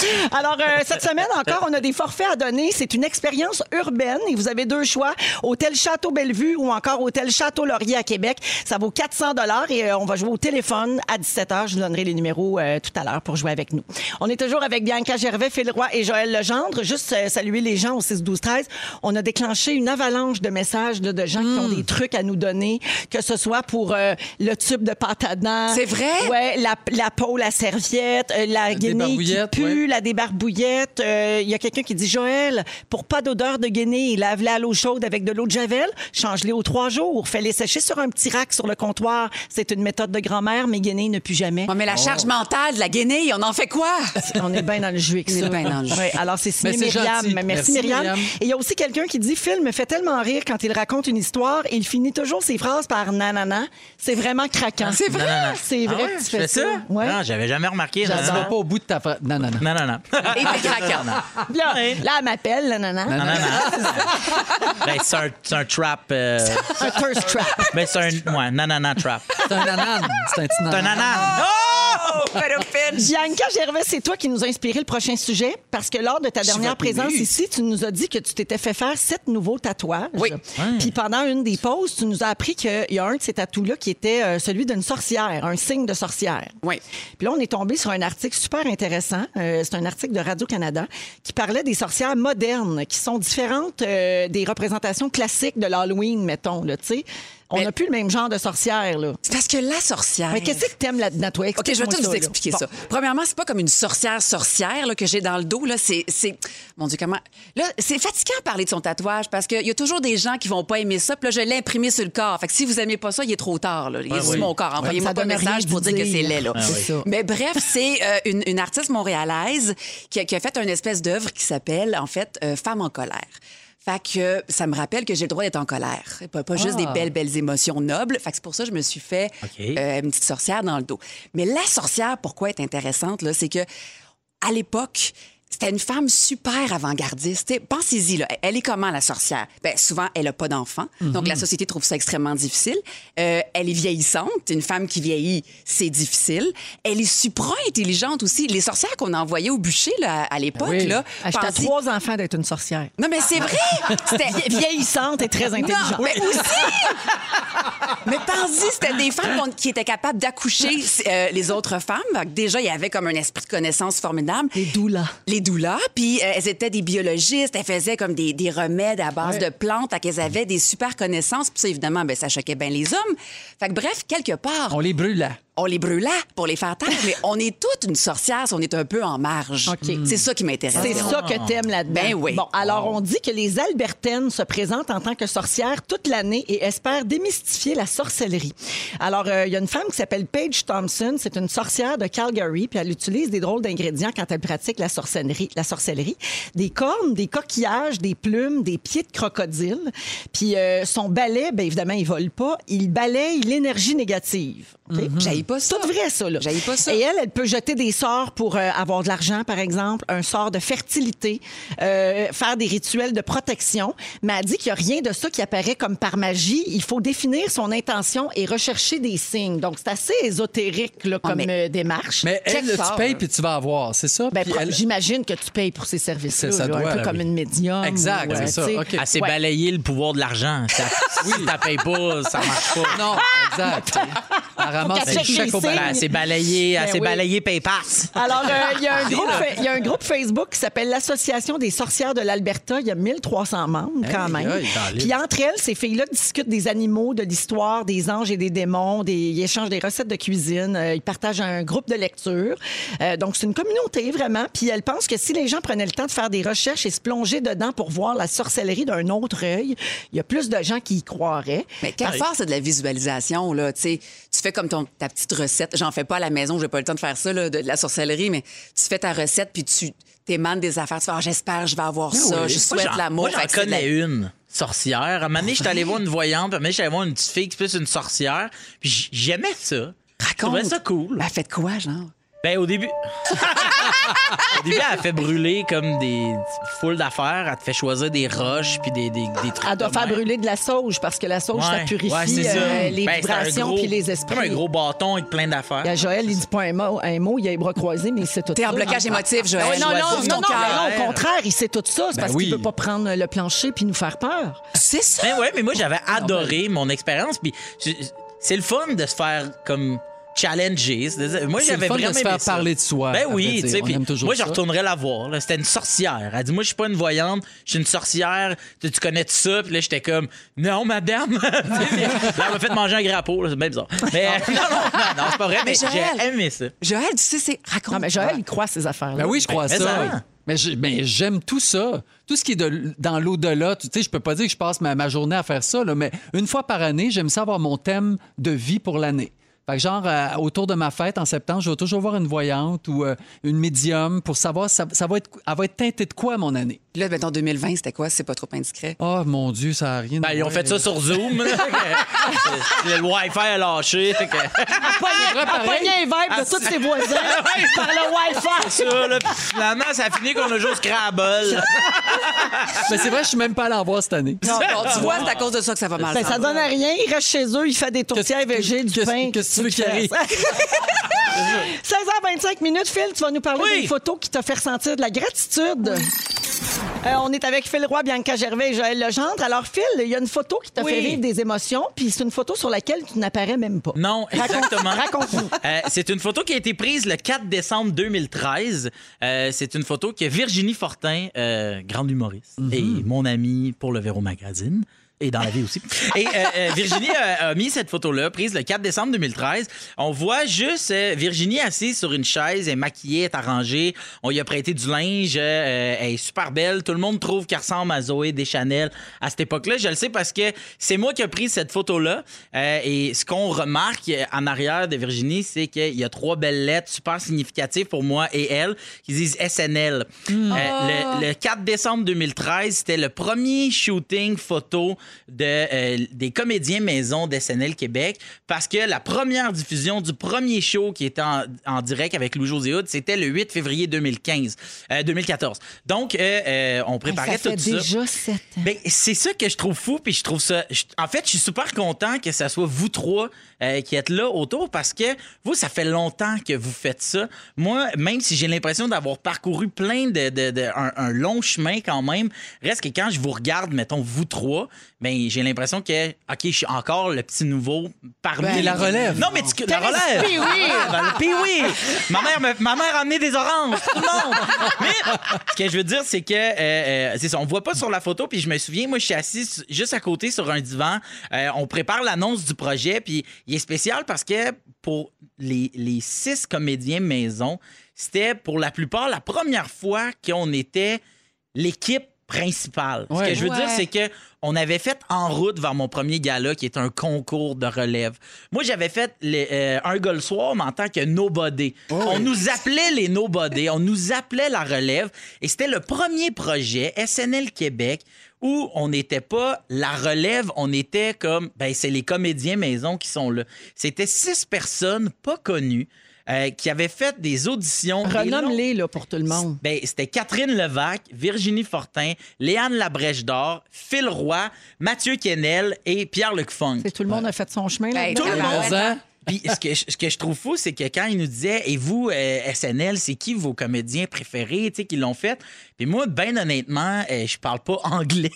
Speaker 2: <laughs> Alors, euh, cette semaine encore, on a des forfaits à donner. C'est une expérience urbaine et vous avez deux choix. Hôtel Château Bellevue ou encore Hôtel Château Laurier à Québec. Ça vaut 400 dollars et euh, on va jouer au téléphone à 17h. Je vous donnerai les numéros euh, tout à l'heure pour jouer avec nous. On est toujours avec Bianca Gervais, Phil Roy et Joël Legendre. Juste euh, saluer les gens au 6-12-13. On a déclenché une avalanche de messages là, de gens qui
Speaker 3: Hmm.
Speaker 2: ont des trucs à nous donner, que ce soit pour euh, le tube de pâte à dents.
Speaker 3: C'est vrai?
Speaker 2: Ouais, la, la peau, la serviette, euh, la guenille qui
Speaker 4: débarbouillette,
Speaker 2: pue,
Speaker 4: ouais.
Speaker 2: la débarbouillette. Euh, Il y a quelqu'un qui dit Joël, pour pas d'odeur de guenille, lave-la à l'eau chaude avec de l'eau de javel, change-les aux trois jours, fais-les sécher sur un petit rack sur le comptoir. C'est une méthode de grand-mère, mais guenille ne pue
Speaker 3: <laughs>
Speaker 2: jamais.
Speaker 3: Ouais, mais la charge mentale de la guenille, on en fait quoi?
Speaker 2: On est bien dans le jus avec
Speaker 3: On est
Speaker 2: ça.
Speaker 3: bien dans le jus.
Speaker 2: Ouais, alors, c'est signé
Speaker 4: Mais c'est
Speaker 2: Myriam. Ben,
Speaker 4: gentil.
Speaker 2: Merci,
Speaker 4: Merci,
Speaker 2: Myriam.
Speaker 4: Myriam.
Speaker 2: Et il y a aussi quelqu'un qui dit Phil me fait tellement rire quand il raconte une histoire, il finit toujours ses phrases par nanana. C'est vraiment craquant.
Speaker 3: C'est vrai?
Speaker 2: C'est
Speaker 1: Ah
Speaker 2: vrai
Speaker 1: ouais,
Speaker 2: que tu
Speaker 1: je Ah,
Speaker 2: fais ça. Ouais.
Speaker 1: Non, j'avais jamais remarqué. Non,
Speaker 4: Tu vas
Speaker 1: non,
Speaker 4: pas au bout de ta phrase. Non, non, non.
Speaker 1: non. non, non, non.
Speaker 2: Ah.
Speaker 3: Et t'es craquant.
Speaker 2: Puis Là, là, elle m'appelle, là, nanana.
Speaker 1: Non, non,
Speaker 2: Ah,
Speaker 1: non. Ben, c'est un, c'est un trap.
Speaker 2: <laughs>
Speaker 1: euh,
Speaker 2: Un thirst trap.
Speaker 1: ben, c'est un. Ouais, non, non, non, trap.
Speaker 4: C'est un anane. C'est un petit
Speaker 1: C'est un
Speaker 4: nanan.
Speaker 1: ananas.
Speaker 2: Ah,
Speaker 3: Oh, pédophile.
Speaker 2: Bianca Gervais, c'est toi qui nous as inspiré le prochain sujet parce que lors de ta dernière présence ici, tu nous as dit que tu t'étais fait faire sept nouveaux tatouages.
Speaker 3: Oui.
Speaker 2: Puis pendant une des pauses, tu nous as appris qu'il y a un de ces tatous-là qui était euh, celui d'une sorcière, un signe de sorcière.
Speaker 3: Oui.
Speaker 2: Puis là, on est tombé sur un article super intéressant. Euh, c'est un article de Radio-Canada qui parlait des sorcières modernes qui sont différentes euh, des représentations classiques de l'Halloween, mettons. Là, tu sais. on
Speaker 3: Mais-
Speaker 2: n'a plus le même genre de sorcière. Là.
Speaker 3: C'est parce que la sorcière.
Speaker 2: Mais qu'est-ce que t'aimes là-dedans, toi?
Speaker 3: OK, je vais
Speaker 2: Explique-moi
Speaker 3: tout
Speaker 2: ça,
Speaker 3: vous
Speaker 2: là.
Speaker 3: expliquer
Speaker 2: Bon.
Speaker 3: ça. Premièrement, c'est pas comme une sorcière sorcière là, que j'ai dans le dos. Là, c'est, c'est- Mon Dieu, comment. Là, c'est fatigant de parler de son tatouage parce qu'il y a toujours des gens qui vont pas aimer ça. Puis là, je l'ai imprimé sur le corps. Fait que si vous aimez pas ça, il est trop tard. Là. Il est sur
Speaker 1: oui.
Speaker 3: mon corps.
Speaker 2: Ah
Speaker 3: Envoyez-moi
Speaker 2: Ça
Speaker 3: pas un
Speaker 2: donne rien
Speaker 3: message pour
Speaker 2: d'y
Speaker 3: dire que c'est
Speaker 2: dire.
Speaker 3: laid. Là.
Speaker 2: Ah, C'est oui. ça.
Speaker 3: Mais bref, c'est euh, une, une artiste montréalaise qui a, qui a fait une espèce d'œuvre qui s'appelle, en fait, euh, Femme en colère. Fait que euh, ça me rappelle que j'ai le droit d'être en colère. Pas, pas juste des
Speaker 2: Ah.
Speaker 3: belles, belles émotions nobles. Fait que c'est pour ça que je me suis fait
Speaker 1: OK.
Speaker 3: euh, une petite sorcière dans le dos. Mais la sorcière, pourquoi elle est intéressante, là, c'est que à l'époque, c'était une femme super avant-gardiste. T'sais, Pensez-y, là, elle est comment la sorcière? Ben, souvent, elle n'a pas d'enfant,
Speaker 2: Mhm.
Speaker 3: donc la société trouve ça extrêmement difficile. Euh, elle est vieillissante, une femme qui vieillit, c'est difficile. Elle est supra intelligente aussi. Les sorcières qu'on envoyait au bûcher là, à à l'époque,
Speaker 4: oui.
Speaker 3: là,
Speaker 2: Ah, J'étais à
Speaker 3: pensez-
Speaker 2: trois enfants d'être une sorcière.
Speaker 3: Non, mais c'est vrai! C'était-
Speaker 2: Vieillissante et très intelligente.
Speaker 3: non, mais aussi! mais pensez, c'était des femmes qu'on- qui étaient capables d'accoucher euh, les autres femmes. Fait que Déjà, il y avait comme un esprit de connaissance formidable.
Speaker 2: Les doulas.
Speaker 3: Les doulas, puis euh, elles étaient des biologistes, elles faisaient comme des, des remèdes à base de plantes, fait qu'elles avaient des super connaissances, puis ça, évidemment, ben, ça choquait bien les hommes. Fait que bref, quelque part,
Speaker 4: On les brûlait.
Speaker 3: on les brûla pour les faire taire, mais on est toute une sorcière, si on est un peu en marge.
Speaker 2: OK.
Speaker 3: C'est ça qui m'intéresse.
Speaker 2: C'est ça que t'aimes là-dedans.
Speaker 3: Ben oui.
Speaker 2: Bon, alors on dit que les Albertaines se présentent en tant que sorcières toute l'année et espèrent démystifier la sorcellerie. Alors, euh, il y a une femme qui s'appelle Paige Thompson. C'est une sorcière de Calgary, puis elle utilise des drôles d'ingrédients quand elle pratique la sorcellerie. La sorcellerie. Des cornes, des coquillages, des plumes, des pieds de crocodile. Puis euh, son balai, bien évidemment, il vole pas. Il balaye l'énergie négative. OK?
Speaker 3: J'haïs pas ça.
Speaker 2: C'est Mm-hmm. tout vrai, ça. Là.
Speaker 3: J'haïs pas ça.
Speaker 2: Et elle, elle peut jeter des sorts pour euh, avoir de l'argent, par exemple, un sort de fertilité, euh, faire des rituels de protection. Mais elle dit qu'il n'y a rien de ça qui apparaît comme par magie. Il faut définir son intention et rechercher des signes. Donc, c'est assez ésotérique là,
Speaker 3: Ah,
Speaker 2: comme
Speaker 3: mais-
Speaker 2: euh, démarche.
Speaker 4: Mais elle,
Speaker 3: Quelque
Speaker 4: là,
Speaker 3: part,
Speaker 4: tu payes
Speaker 3: là.
Speaker 4: puis tu vas avoir, c'est ça?
Speaker 2: Ben,
Speaker 4: Puis
Speaker 2: pro-
Speaker 4: elle-
Speaker 2: J'imagine que tu payes pour ces services-là,
Speaker 4: C'est ça,
Speaker 2: là,
Speaker 4: doit,
Speaker 2: un peu
Speaker 4: oui.
Speaker 2: comme une médium.
Speaker 4: Exact,
Speaker 2: ou,
Speaker 4: c'est
Speaker 2: euh,
Speaker 4: ça,
Speaker 2: tu sais.
Speaker 4: OK.
Speaker 1: Elle s'est
Speaker 2: Ouais.
Speaker 1: balayée le pouvoir de l'argent. Ça, Si t'as payes pas, ça marche pas. Ben,
Speaker 4: Non, exact. Elle ramasse
Speaker 2: qu'elle
Speaker 4: le
Speaker 2: check
Speaker 4: chèque
Speaker 2: les
Speaker 4: au
Speaker 2: signes.
Speaker 4: balai.
Speaker 1: Elle s'est balayée, elle
Speaker 2: Ben
Speaker 1: s'est
Speaker 2: oui.
Speaker 1: balayée PayPass.
Speaker 2: Alors, euh, il y a un groupe fa- il y, a un groupe Facebook qui s'appelle l'Association des sorcières de l'Alberta. Il y a 1300 membres, quand
Speaker 4: Hey,
Speaker 2: même.
Speaker 4: hey, dans l'île.
Speaker 2: Puis entre elles, ces filles-là discutent des animaux, de l'histoire, des anges et des démons. Des, ils échangent des recettes de cuisine. euh, ils partagent un groupe de lecture. Euh, donc, c'est une communauté, vraiment. Puis elles pensent que si les gens prenaient le temps de faire des recherches et se plonger dedans pour voir la sorcellerie d'un autre œil, il y a plus de gens qui y
Speaker 4: <laughs>
Speaker 2: croiraient.
Speaker 3: Mais quelque part, c'est de la visualisation, là. Tu sais, tu fais comme ton, ta petite recette. J'en fais pas à la maison, j'ai pas le temps de faire ça, là, de, de la sorcellerie, mais tu fais ta recette, puis tu t'émanes des affaires. Tu fais, Ah, j'espère, je vais avoir ça, je souhaite
Speaker 1: Ben Moi, j'en-
Speaker 3: l'amour.
Speaker 1: Moi, j'en
Speaker 3: Fait que c'est de
Speaker 1: connais
Speaker 3: la-
Speaker 1: une sorcière. À un moment donné, j'étais allé voir une voyante, puis à un moment donné, j'étais allé voir une petite fille qui est plus une sorcière. Puis j- j'aimais ça. Je
Speaker 3: Raconte.
Speaker 1: trouvais ça cool.
Speaker 3: Ah, Ben, faites quoi, genre?
Speaker 1: Ben, au début. <laughs> au début, elle fait brûler comme des foules d'affaires. Elle te fait choisir des roches puis des, des, des trucs.
Speaker 2: Elle doit
Speaker 1: de
Speaker 2: faire
Speaker 1: même.
Speaker 2: brûler de la sauge parce que la sauge, ça
Speaker 1: Ouais,
Speaker 2: purifie
Speaker 1: ouais, c'est ça.
Speaker 2: euh, les
Speaker 1: Ben, c'est un
Speaker 2: vibrations
Speaker 1: gros-
Speaker 2: puis les esprits.
Speaker 1: C'est comme un gros bâton avec plein d'affaires.
Speaker 2: Il y a Joël, il dit pas un mot, un mot, il a les bras croisés, mais il sait tout
Speaker 3: T'es
Speaker 2: ça.
Speaker 3: en blocage émotif, Joël.
Speaker 2: Ah ouais, non, non, non,
Speaker 3: Ouvre ton
Speaker 2: non,
Speaker 3: cœur.
Speaker 2: mais non, au contraire, il sait tout ça. C'est parce
Speaker 4: Ben oui.
Speaker 2: qu'il veut pas prendre le plancher puis nous faire peur.
Speaker 3: C'est ça.
Speaker 1: Ben ouais, mais moi j'avais adoré mon expérience. Puis c'est- c'est le fun de se faire comme challenger. C'est- Moi
Speaker 4: C'est le
Speaker 1: j'avais
Speaker 4: fun de
Speaker 1: vraiment
Speaker 4: se faire
Speaker 1: aimé ça.
Speaker 4: parler de soi,
Speaker 1: Ben
Speaker 4: à vrai
Speaker 1: oui,
Speaker 4: dire.
Speaker 1: tu sais.
Speaker 4: On
Speaker 1: puis
Speaker 4: aime toujours
Speaker 1: Moi je
Speaker 4: ça.
Speaker 1: retournerais la voir. là. C'était une sorcière. Elle dit moi je suis pas une voyante, je suis une sorcière. Tu, tu connais tout ça. Puis là j'étais comme non madame. <laughs> Tu sais, puis là elle m'a fait manger un grappeau. là. C'est bien bizarre. Mais <laughs> non non non, non, c'est pas vrai. Mais,
Speaker 3: Joël.
Speaker 1: j'ai aimé ça.
Speaker 3: Joël, tu sais, c'est. Raconte. Ah.
Speaker 2: Non, Ah, mais Joël, il croit à ces affaires-là.
Speaker 4: Ben oui, je crois
Speaker 1: mais
Speaker 4: ça.
Speaker 1: ça.
Speaker 4: oui. Mais je- mais j'aime tout ça. Tout ce qui est de- dans l'au-delà. Tu sais, je peux pas dire que je passe ma, ma journée à faire ça, là, mais une fois par année, j'aime ça avoir mon thème de vie pour l'année. Fait que genre, euh, autour de ma fête en septembre, je vais toujours voir une voyante ou euh, une médium pour savoir ça, ça va être, elle va être teintée de quoi mon année.
Speaker 3: Puis Là, mettons, 2020, c'était quoi? C'est pas trop indiscret.
Speaker 4: Oh mon Dieu, ça n'a rien
Speaker 1: Ben,
Speaker 4: à
Speaker 1: ils ont
Speaker 4: voir
Speaker 1: fait ça
Speaker 4: avec-
Speaker 1: sur Zoom. là. <laughs> le Wi-Fi a lâché.
Speaker 4: <laughs>
Speaker 1: fait que-
Speaker 4: vrai,
Speaker 2: Elle
Speaker 4: pareil. Ah,
Speaker 2: pognait les vibes de tous ses
Speaker 4: <laughs>
Speaker 2: voisins par le Wi-Fi.
Speaker 1: ça, là, puis finalement, ça a fini qu'on a joué au Scrabble.
Speaker 4: <laughs> Mais c'est vrai, je suis même pas allé en voir cette année. <laughs>
Speaker 3: Non, bon, tu vois, c'est à cause de ça que Ah. ça va mal.
Speaker 2: Ben, ça
Speaker 3: s'en
Speaker 2: donne
Speaker 5: euh,
Speaker 2: à rien. Il reste chez eux, il fait des tourtières végé, du
Speaker 4: qu'est-ce-
Speaker 2: pain.
Speaker 4: qu'est-ce que tu veux qu'il arrive?
Speaker 2: 16h25 minutes, Phil, tu vas nous parler
Speaker 1: Oui.
Speaker 2: d'une photo qui t'a fait ressentir de la gratitude. Euh, on est avec Phil Roy, Bianca Gervais et Joël Legendre. Alors, Phil, il y a une photo qui t'a
Speaker 1: Oui.
Speaker 2: fait vivre des émotions, puis c'est une photo sur laquelle tu n'apparais même pas.
Speaker 1: Non, exactement.
Speaker 2: raconte-nous.
Speaker 1: Euh, c'est une photo qui a été prise le 4 décembre 2013. Euh, c'est une photo que Virginie Fortin, euh, grande humoriste,
Speaker 2: Mhm.
Speaker 1: et mon amie pour le Véro Magazine, et dans la vie aussi. Et euh, euh, Virginie a, a mis cette photo-là, prise le 4 décembre 2013. On voit juste euh, Virginie assise sur une chaise, elle est maquillée, elle est arrangée. On lui a prêté du linge, euh, elle est super belle. Tout le monde trouve qu'elle ressemble à Zoé Deschanel à cette époque-là. Je le sais parce que c'est moi qui ai pris cette photo-là. Euh, et ce qu'on remarque euh, en arrière de Virginie, c'est qu'il y a trois belles lettres super significatives pour moi et elle qui disent SNL.
Speaker 2: Hmm.
Speaker 1: Euh,
Speaker 2: Oh.
Speaker 1: le, le 4 décembre 2013, c'était le premier shooting photo de, euh, des comédiens maison d'SNL Québec parce que la première diffusion du premier show qui était en, en direct avec Louis-José Hood, c'était le 8 février 2015, euh, 2014. Donc, euh, euh, on préparait
Speaker 2: ça fait
Speaker 1: tout ça.
Speaker 2: déjà sept ans.
Speaker 1: Ben, c'est ça que je trouve fou, puis je trouve ça. je- en fait, je suis super content que ça soit vous trois euh, qui êtes là autour parce que vous, ça fait longtemps que vous faites ça. Moi, même si j'ai l'impression d'avoir parcouru plein de. de- de- un, un long chemin quand même, reste que quand je vous regarde, mettons, vous trois, ben, j'ai l'impression que, OK, je suis encore le petit nouveau parmi.
Speaker 4: Ben, la relève.
Speaker 1: Non, mais tu. La relève!
Speaker 2: Pee-wee.
Speaker 1: <laughs> Ben, le Pee-wee. Ma mère, me- ma mère a amené des oranges. Tout le monde. Mais ce que je veux dire, c'est que euh, euh, c'est ça. On voit pas sur la photo. Puis je me souviens, moi, je suis assis su- juste à côté sur un divan. Euh, on prépare l'annonce du projet. Puis il est spécial parce que pour les, les six comédiens maison, c'était pour la plupart la première fois qu'on était l'équipe principale. Ce
Speaker 4: Ouais.
Speaker 1: que je veux dire,
Speaker 3: Ouais.
Speaker 1: c'est que on avait fait en route vers mon premier gala qui est un concours de relève. Moi, j'avais fait les, euh, un gars le soir, mais en tant que nobody. On nous appelait les nobody, on nous appelait la relève, et c'était le premier projet SNL Québec où on n'était pas la relève, on était comme, ben c'est les comédiens maison qui sont là. C'était six personnes pas connues euh, qui avaient fait des auditions. des longs-
Speaker 2: Renomme-les là, pour tout le monde.
Speaker 1: ben, c'était Catherine Levac, Virginie Fortin, Léane Labrèche d'Or, Phil Roy, Mathieu Kennel et Pierre-Luc Funk.
Speaker 2: Tout le monde a fait son chemin.
Speaker 3: Hey,
Speaker 2: là-dedans.
Speaker 1: Tout le
Speaker 3: tabarouette.
Speaker 1: monde.
Speaker 4: <laughs>
Speaker 1: Puis ce que, je- ce que je trouve fou, c'est que quand ils nous disaient Et vous, euh, SNL, c'est qui vos comédiens préférés, tu sais, qui l'ont fait? Puis moi, ben honnêtement, euh, je parle pas <laughs> anglais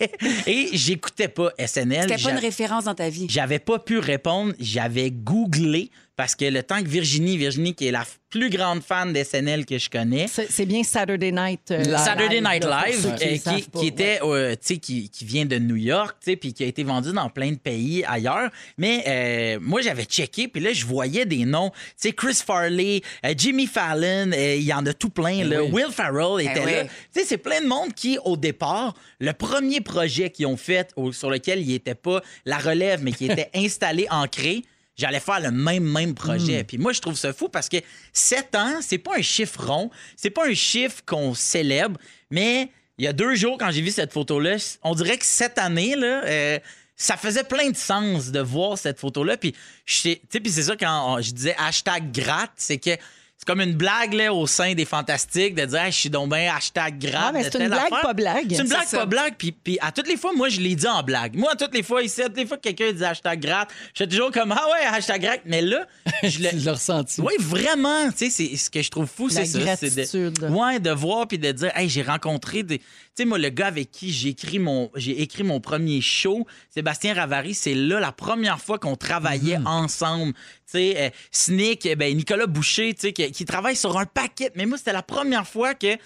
Speaker 1: et j'écoutais pas SNL.
Speaker 3: C'était pas
Speaker 1: J'a-
Speaker 3: une référence dans ta vie.
Speaker 1: j'avais pas pu répondre, j'avais googlé parce que le temps que Virginie, Virginie qui est la f- plus grande fan d'SNL que je connais,
Speaker 2: C'est c'est bien Saturday Night euh,
Speaker 1: Saturday Night
Speaker 2: là, pour
Speaker 1: Live,
Speaker 2: ceux
Speaker 1: euh,
Speaker 2: qui le
Speaker 1: qui,
Speaker 2: savent pas,
Speaker 1: qui
Speaker 2: ouais.
Speaker 1: était, euh, tu sais, qui, qui vient de New York, tu sais, puis qui a été vendu dans plein de pays ailleurs. Mais euh, moi, j'avais checké, puis là, je voyais des noms, tu sais, Chris Farley, euh, Jimmy Fallon, euh, il y en a tout
Speaker 2: Eh
Speaker 1: plein. là. Will Farrell était
Speaker 3: oui.
Speaker 1: là. Tu sais, c'est plein de monde qui, au départ, le premier projet qu'ils ont fait, au- sur lequel ils n'étaient pas la relève, mais qui était installé, ancré, j'allais faire le même, même projet. Puis moi, je trouve ça fou parce que 7 ans, c'est pas un chiffre rond, c'est pas un chiffre qu'on célèbre, mais il y a deux jours, quand j'ai vu cette photo-là, on dirait que cette année, là, euh, ça faisait plein de sens de voir cette photo-là. Puis, je sais- tu sais, puis c'est ça quand on- je disais hashtag gratte, c'est que c'est comme une blague là, au sein des fantastiques de dire Hey, je suis donc bien hashtag grave.
Speaker 2: Ah, mais
Speaker 1: de
Speaker 2: c'est une
Speaker 1: telle
Speaker 2: blague,
Speaker 1: affaire.
Speaker 2: pas blague.
Speaker 1: C'est une blague,
Speaker 3: ça.
Speaker 1: pas blague. Puis, puis à toutes les fois, moi, je l'ai dit en blague. Moi, à toutes les fois, ici, à toutes les fois que quelqu'un dit hashtag gratte, je suis toujours comme Ah ouais, hashtag gratte. Mais là, je
Speaker 4: Tu l'as
Speaker 1: le.
Speaker 4: ressenti.
Speaker 1: Oui, vraiment. Tu sais, c'est ce que je trouve fou,
Speaker 2: La
Speaker 1: c'est ça. c'est
Speaker 2: gratitude.
Speaker 1: de, ouais, de voir puis de dire, hey, j'ai rencontré des. Tu sais, moi, le gars avec qui j'ai écrit mon, j'ai écrit mon premier show, Sébastien Ravary, c'est là la première fois qu'on travaillait
Speaker 2: Mhm.
Speaker 1: ensemble. Tu sais, euh, Snick, eh ben, Nicolas Boucher, tu sais, qui, qui travaille sur un paquet. Mais moi, c'était la première fois que.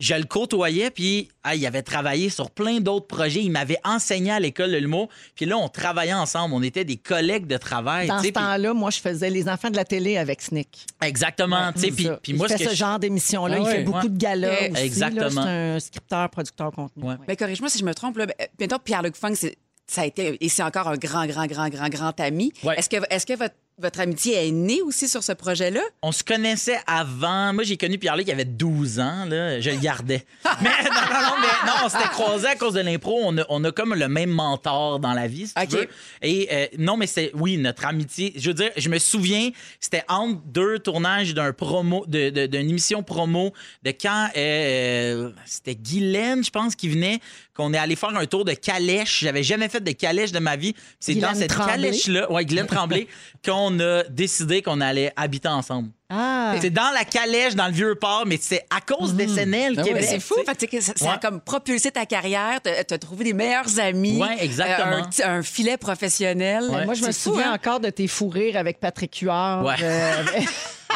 Speaker 1: Je le côtoyais, puis ah, il avait travaillé sur plein d'autres projets. Il m'avait enseigné à l'école de l'humour. Puis là, on travaillait ensemble. On était des collègues de travail.
Speaker 2: Dans
Speaker 1: tu
Speaker 2: ce
Speaker 1: sais, puis-
Speaker 2: temps-là, moi, je faisais les enfants de la télé avec Snick.
Speaker 1: Exactement. Ah, tu sais, puis, puis moi,
Speaker 2: il
Speaker 1: ce
Speaker 2: fait
Speaker 1: que
Speaker 2: ce
Speaker 1: je-
Speaker 2: genre d'émission-là.
Speaker 4: Ah
Speaker 2: il fait
Speaker 4: ouais.
Speaker 2: beaucoup
Speaker 1: Ouais.
Speaker 2: de galas
Speaker 3: Ouais.
Speaker 2: aussi. là.
Speaker 1: Exactement.
Speaker 2: C'est un scripteur, producteur, contenu.
Speaker 1: Ouais.
Speaker 2: Ouais.
Speaker 3: Ben, corrige-moi si je me trompe. Là. Ben, euh, mettons, Pierre-Luc Funk, c'est- ça a été, et c'est encore un grand, grand, grand, grand, grand ami.
Speaker 1: Ouais.
Speaker 3: Est-ce que, est que votre votre amitié est née aussi sur ce projet-là.
Speaker 1: On se connaissait avant. Moi, j'ai connu Pierre-Luc, il avait 12 ans. Là. Je le
Speaker 5: <laughs>
Speaker 1: gardais. mais non, non, non, mais non, on s'était croisés à cause de l'impro. On a, on a comme le même mentor dans la vie, si tu
Speaker 3: OK.
Speaker 1: veux. Et euh, non, mais c'est, oui, notre amitié. Je veux dire, je me souviens, c'était entre deux tournages d'un promo, de- de- d'une émission promo de quand euh, c'était Guylaine, je pense, qui venait, qu'on est allé faire un tour de calèche. J'avais jamais fait de calèche de ma vie. Puis C'est dans
Speaker 5: Guylaine
Speaker 1: cette
Speaker 5: Tremblay.
Speaker 1: calèche-là, ouais, Guylaine
Speaker 5: <laughs>
Speaker 1: Tremblay, qu'on a décidé qu'on allait habiter ensemble.
Speaker 5: Ah.
Speaker 1: C'est dans la calèche, dans le vieux port, mais c'est à cause des SNL
Speaker 4: Ah
Speaker 1: Québec.
Speaker 4: ouais.
Speaker 3: Mm. C'est fou.
Speaker 1: tu sais.
Speaker 3: Fait que, tu sais, ça, ça a
Speaker 1: Ouais.
Speaker 3: comme propulsé ta carrière, t'as t'as trouvé des meilleurs amis.
Speaker 1: Ouais, exactement.
Speaker 3: euh, un petit- un, filet professionnel.
Speaker 1: Ouais.
Speaker 5: Moi, je me
Speaker 3: C'est fou,
Speaker 5: souviens
Speaker 3: hein?
Speaker 5: encore de tes fous rires avec Patrick Huard,
Speaker 1: Ouais.
Speaker 5: euh, avec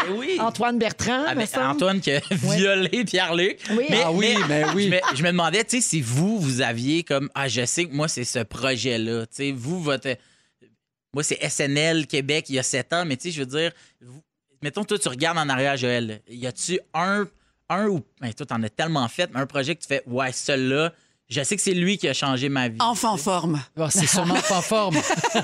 Speaker 1: Eh oui.
Speaker 5: Antoine Bertrand.
Speaker 1: Ah,
Speaker 5: me
Speaker 1: mais
Speaker 5: semble.
Speaker 1: Antoine qui a violé Pierre-Luc.
Speaker 5: Oui.
Speaker 4: Ah oui, mais
Speaker 3: ben
Speaker 4: oui.
Speaker 1: Je me, je me demandais, tu sais, si vous, vous aviez comme, ah, je sais que moi, c'est ce projet-là. Tu sais, vous, votre. Moi, c'est SNL Québec il y a sept ans, mais tu sais, je veux dire, vous- mettons, toi, tu regardes en arrière, Joël. Y a-tu un, un ou. Ben, toi, t'en as tellement fait, mais un projet que tu fais, ouais, celui-là, je sais que c'est lui qui a changé ma vie.
Speaker 3: Enfant forme.
Speaker 4: Ah, c'est sûrement pas en forme.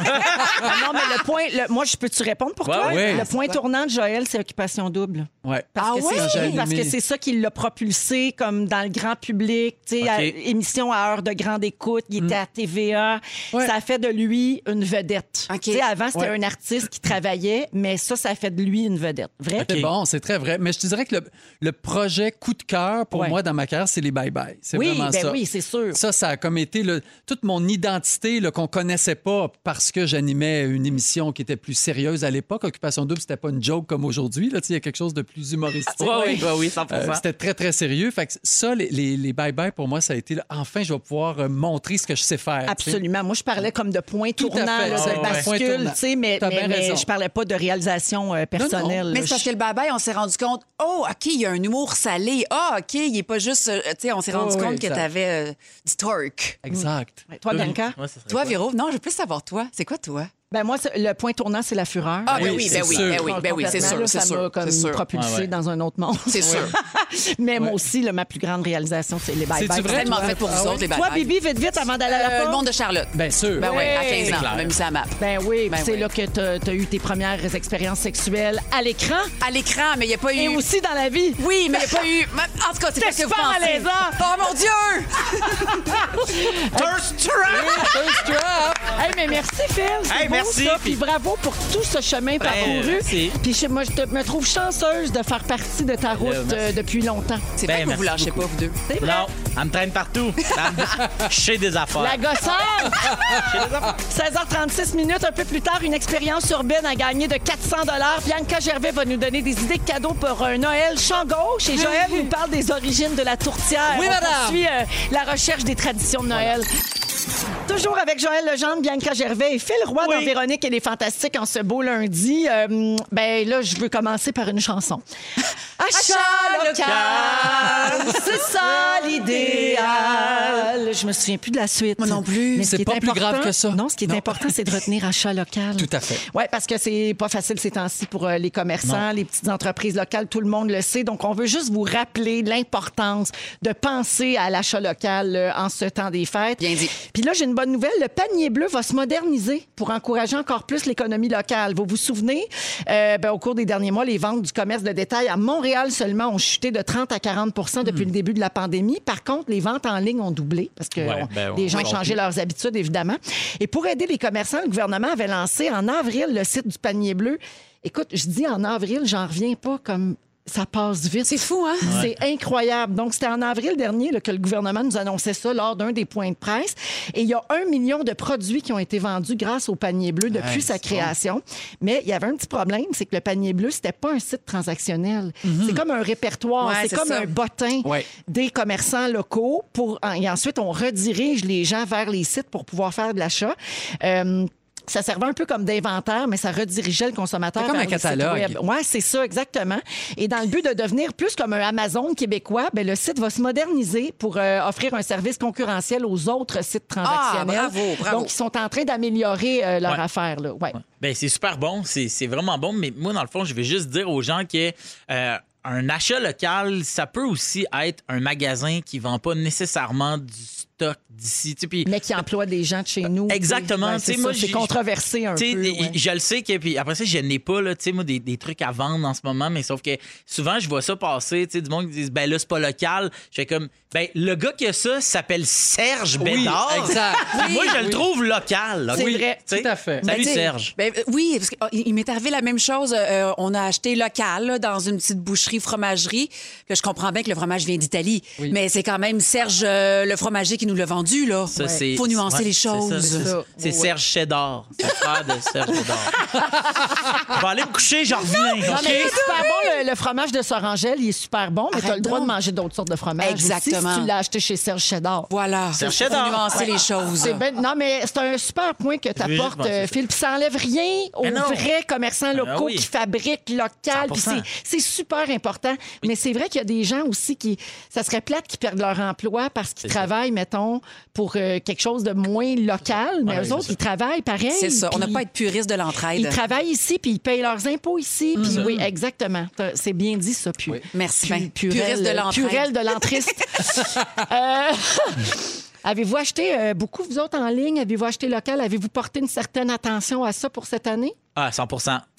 Speaker 5: Ah non, mais le point, le- moi, je peux-tu répondre pour
Speaker 1: Ouais,
Speaker 5: toi?
Speaker 4: ouais.
Speaker 5: Le point tournant de Joël, c'est Occupation Double.
Speaker 4: Ouais.
Speaker 5: Parce
Speaker 3: Ah
Speaker 5: que
Speaker 3: ouais?
Speaker 5: c'est
Speaker 4: J'ai
Speaker 5: parce
Speaker 4: aimé.
Speaker 5: que c'est ça qui l'a propulsé comme dans le grand public, tu sais,
Speaker 1: OK.
Speaker 5: à- émission à heure de grande écoute, il était à TVA.
Speaker 4: Ouais.
Speaker 5: Ça a fait de lui une vedette.
Speaker 3: OK.
Speaker 5: Tu sais, avant c'était
Speaker 4: Ouais.
Speaker 5: un artiste qui travaillait, mais ça ça a fait de lui une vedette. Vrai
Speaker 4: <laughs> C'est bon, c'est très vrai. Mais je te dirais que le, le projet coup de cœur pour
Speaker 5: Ouais.
Speaker 4: moi dans ma carrière, c'est les bye-bye. C'est
Speaker 5: Oui,
Speaker 4: vraiment
Speaker 5: ben
Speaker 4: ça.
Speaker 5: oui, c'est sûr.
Speaker 4: Ça, ça a comme été le- toute mon identité là, qu'on connaissait pas parce que j'animais une émission qui était plus sérieuse à l'époque. Occupation double, c'était pas une joke comme aujourd'hui. Là, Tu sais, il y a quelque chose de plus humoristique.
Speaker 1: Ouais, oui, ouais, oui, 100
Speaker 4: Euh, c'était très, très sérieux. Fait que ça, les, les, les bye-bye, pour moi, ça a été là, enfin, je vais pouvoir euh, montrer ce que je sais faire. tu sais.
Speaker 5: Absolument. Moi, je parlais comme de point
Speaker 4: Tout à
Speaker 5: tournant,
Speaker 4: fait.
Speaker 5: là,
Speaker 4: Ah,
Speaker 5: de
Speaker 4: ouais. Point
Speaker 5: bascule,
Speaker 4: tournant.
Speaker 5: tu sais, mais,
Speaker 4: T'as
Speaker 5: mais-
Speaker 4: bien
Speaker 5: mais
Speaker 4: raison.
Speaker 5: je parlais pas de réalisation euh, personnelle. là.
Speaker 3: Mais c'est parce que le babaye, on s'est rendu compte, oh, OK, il y a un humour salé. Ah, OK, il est pas juste. euh, Tu sais, on s'est rendu
Speaker 4: oui,
Speaker 3: compte que
Speaker 4: ça-
Speaker 3: t'avais euh, du torque.
Speaker 4: Exact.
Speaker 5: Ouais, Toi, Bianca?
Speaker 3: Toi, Véro, non, je veux plus savoir toi. C'est quoi toi?
Speaker 5: Ben moi, c'est- le point tournant, c'est la fureur.
Speaker 3: Ah,
Speaker 4: oui,
Speaker 3: ben oui,
Speaker 4: c'est
Speaker 3: ben oui,
Speaker 4: sûr.
Speaker 3: ben oui, ben oui, c'est
Speaker 5: Complètement,
Speaker 3: sûr,
Speaker 5: là,
Speaker 3: c'est
Speaker 5: Ça m'a
Speaker 3: sûr.
Speaker 5: comme
Speaker 3: c'est sûr. Ah
Speaker 5: propulsé
Speaker 1: Ouais, ouais.
Speaker 5: dans un autre monde.
Speaker 3: C'est sûr.
Speaker 5: Mais <laughs> moi aussi, là, ma plus grande réalisation, c'est les bye
Speaker 4: C'est-tu
Speaker 5: bye.
Speaker 4: vrai?
Speaker 3: Tellement
Speaker 4: toi?
Speaker 3: fait pour
Speaker 4: Ah
Speaker 3: vous
Speaker 4: ouais?
Speaker 3: autres, les
Speaker 5: Toi,
Speaker 3: bye-bye.
Speaker 5: Bibi, vite, vite, avant d'aller à la
Speaker 3: Euh, Le
Speaker 5: porte.
Speaker 3: monde de Charlotte.
Speaker 4: Bien sûr.
Speaker 3: Ben ouais, à
Speaker 5: Ouais.
Speaker 3: 15
Speaker 5: C'est
Speaker 3: ans,
Speaker 1: clair.
Speaker 3: même si à map.
Speaker 5: Ben oui,
Speaker 3: Ben
Speaker 5: c'est
Speaker 3: oui.
Speaker 5: là que tu as eu tes premières expériences sexuelles à l'écran
Speaker 3: À l'écran, mais il n'y a pas
Speaker 5: et
Speaker 3: eu.
Speaker 5: aussi dans la vie.
Speaker 3: Oui, mais il n'y a pas eu. En tout cas, c'est
Speaker 5: T'es
Speaker 3: pas ce que vous
Speaker 5: super
Speaker 3: pensez.
Speaker 5: malaisant.
Speaker 3: Oh mon Dieu!
Speaker 5: Hey, mais merci, Phil. C'est
Speaker 1: Hey,
Speaker 5: beau,
Speaker 1: merci,
Speaker 5: ça.
Speaker 1: puis-
Speaker 5: Puis bravo pour tout ce chemin parcouru.
Speaker 1: merci.
Speaker 5: Puis je- moi, je te- me trouve chanceuse de faire partie de ta route
Speaker 1: merci.
Speaker 5: euh, depuis longtemps.
Speaker 3: C'est
Speaker 1: Ben,
Speaker 3: vrai que vous vous
Speaker 1: merci
Speaker 3: lâchez pas, vous deux.
Speaker 5: C'est vrai.
Speaker 1: Non, elle me traîne partout. Elle me- Je sais des affaires.
Speaker 5: La gossante! 16h36 minutes, un peu plus tard, une expérience urbaine à gagner de 400 dollars. Bianca Gervais va nous donner des idées de cadeaux pour un Noël champ gauche et Joël nous parle des origines de la tourtière.
Speaker 3: Oui,
Speaker 5: On
Speaker 3: madame.
Speaker 5: poursuit, euh, la recherche des traditions de Noël. Toujours avec Joël Legendre, Bianca Gervais et Phil Roy dans Véronique et les Fantastiques en ce beau lundi. Euh, ben là, je veux commencer par une chanson. Achat local, c'est ça l'idéal. Je me souviens plus de la suite.
Speaker 3: Moi non plus.
Speaker 5: Mais ce
Speaker 4: C'est
Speaker 5: qui est
Speaker 4: pas plus
Speaker 5: important-
Speaker 4: grave que ça.
Speaker 5: Non, ce qui est
Speaker 4: Non.
Speaker 5: important, c'est de retenir achat local.
Speaker 4: Tout à fait.
Speaker 5: Oui, parce que c'est pas facile ces temps-ci pour euh, les commerçants, les petites entreprises locales, tout le monde le sait. Donc, on veut juste vous rappeler l'importance de penser à l'achat local euh, en ce temps des fêtes.
Speaker 3: Bien dit.
Speaker 5: Puis là, j'ai une bonne nouvelle. Le panier bleu va se moderniser pour encourager encore plus l'économie locale. Vous vous souvenez, euh, ben, au cours des derniers mois, les ventes du commerce de détail à Montréal seulement ont chuté de 30 à 40 depuis
Speaker 4: Hmm.
Speaker 5: le début de la pandémie. Par contre, les ventes en ligne ont doublé parce que
Speaker 1: Ouais,
Speaker 5: on-
Speaker 1: ben, on
Speaker 5: les gens ont
Speaker 1: comprend
Speaker 5: changé leurs habitudes, évidemment. Et pour aider les commerçants, le gouvernement avait lancé en avril le site du panier bleu. Écoute, je dis en avril, j'en reviens pas comme ça passe vite.
Speaker 3: C'est fou, hein?
Speaker 5: C'est incroyable. Donc, c'était en avril dernier là, que le gouvernement nous annonçait ça lors d'un des points de presse. Et il y a un million de produits qui ont été vendus grâce au panier bleu depuis sa création. Mais il y avait un petit problème, c'est que le panier bleu, c'était pas un site transactionnel. C'est comme un répertoire,
Speaker 3: Mhm. Ouais,
Speaker 5: c'est
Speaker 3: c'est
Speaker 5: comme
Speaker 3: ça.
Speaker 5: un bottin
Speaker 4: Ouais.
Speaker 5: des commerçants locaux. Pour, et ensuite, on redirige les gens vers les sites pour pouvoir faire de l'achat. Euh, ça servait un peu comme d'inventaire, mais ça redirigeait le consommateur.
Speaker 4: C'est comme
Speaker 5: vers
Speaker 4: un
Speaker 5: les sites
Speaker 4: catalogue.
Speaker 5: web. Oui, c'est ça, exactement. Et dans le but de devenir plus comme un Amazon québécois, ben, le site va se moderniser pour euh, offrir un service concurrentiel aux autres sites transactionnels.
Speaker 3: Ah, bravo, bravo.
Speaker 5: Donc, ils sont en train d'améliorer euh, leur
Speaker 1: Ouais.
Speaker 5: affaire. Là. Ouais.
Speaker 1: Ben, c'est super bon, c'est c'est vraiment bon, mais moi, dans le fond, je vais juste dire aux gens que. euh, un achat local, ça peut aussi être un magasin qui vend pas nécessairement du TikTok d'ici. tu sais, puis-
Speaker 2: Mais qui emploie des gens de chez nous.
Speaker 1: Exactement,
Speaker 2: tu sais. Ouais,
Speaker 1: tu sais,
Speaker 2: c'est
Speaker 1: moi,
Speaker 2: ça, c'est
Speaker 1: j'ai-
Speaker 2: controversé un peu.
Speaker 1: Tu sais, des-
Speaker 2: ouais.
Speaker 1: Je le sais que puis après ça, je n'ai pas là, tu sais, moi, des, des trucs à vendre en ce moment, mais sauf que souvent je vois ça passer, tu sais, du monde qui dit ben là c'est pas local. Je fais comme ben le gars qui a ça s'appelle Serge Bédard.
Speaker 4: exact.
Speaker 1: <laughs> Puis moi je le trouve local.
Speaker 2: C'est
Speaker 1: Oui,
Speaker 2: vrai.
Speaker 1: tu sais.
Speaker 4: Tout à fait.
Speaker 1: Salut
Speaker 3: Mais tu sais,
Speaker 1: Serge.
Speaker 3: ben, euh, oui, parce qu'il m'est arrivé la même chose. Euh, euh, on a acheté local là, dans une petite boucherie fromagerie. Puis Là, je comprends bien que le fromage vient d'Italie, mais c'est quand même Serge euh, le fromager qui nous l'a vendu là.
Speaker 1: Ça, c'est-
Speaker 3: Faut nuancer
Speaker 1: ouais,
Speaker 3: les
Speaker 1: c'est ça,
Speaker 3: choses.
Speaker 1: c'est ça. C'est Serge Chédard, son frère de Serge Chédard. <laughs> Je vais aller me coucher, j'en reviens.
Speaker 5: Non,
Speaker 1: OK?
Speaker 5: mais c'est super bon, le, le fromage de Sorangelle, il est super bon, mais tu as le
Speaker 3: Arrête
Speaker 5: droit de
Speaker 3: donc.
Speaker 5: manger d'autres sortes de fromage. aussi,
Speaker 3: Exactement.
Speaker 5: si tu l'as acheté chez Serge Cheddar.
Speaker 3: Voilà.
Speaker 1: Serge
Speaker 3: Faut
Speaker 1: Chédard.
Speaker 3: nuancer les choses.
Speaker 5: C'est ben- non, mais c'est un super point que tu
Speaker 1: voulais juste
Speaker 5: apportes,
Speaker 1: penser ça.
Speaker 5: Phil. Puis ça enlève rien aux
Speaker 1: Mais non.
Speaker 5: vrais commerçants locaux
Speaker 1: Ah oui.
Speaker 5: qui fabriquent local. Puis
Speaker 1: 100%.
Speaker 5: c'est- c'est super important. Mais c'est vrai qu'il y a des gens aussi qui. Ça serait plate qui perdent leur emploi parce qu'ils travaillent, mettons, pour euh, quelque chose de moins local. Mais
Speaker 1: Ouais,
Speaker 5: eux autres,
Speaker 1: c'est
Speaker 5: ils travaillent pareil.
Speaker 3: C'est ça. On n'a
Speaker 5: puis
Speaker 3: pas à être puriste de
Speaker 5: Ils
Speaker 3: l'entraide.
Speaker 5: travaillent ici, puis ils payent leurs impôts ici. Puis Mm-hmm. oui, exactement. T'as- C'est bien dit, ça, puis.
Speaker 3: Merci,
Speaker 5: Pu-
Speaker 3: ben.
Speaker 5: purelle,
Speaker 3: Puriste de l'entraide.
Speaker 5: Purelle de <laughs> l'entriste. Euh, <laughs> Avez-vous acheté euh, beaucoup, vous autres, en ligne? Avez-vous acheté local? Avez-vous porté une certaine attention à ça pour cette année?
Speaker 1: Ah, 100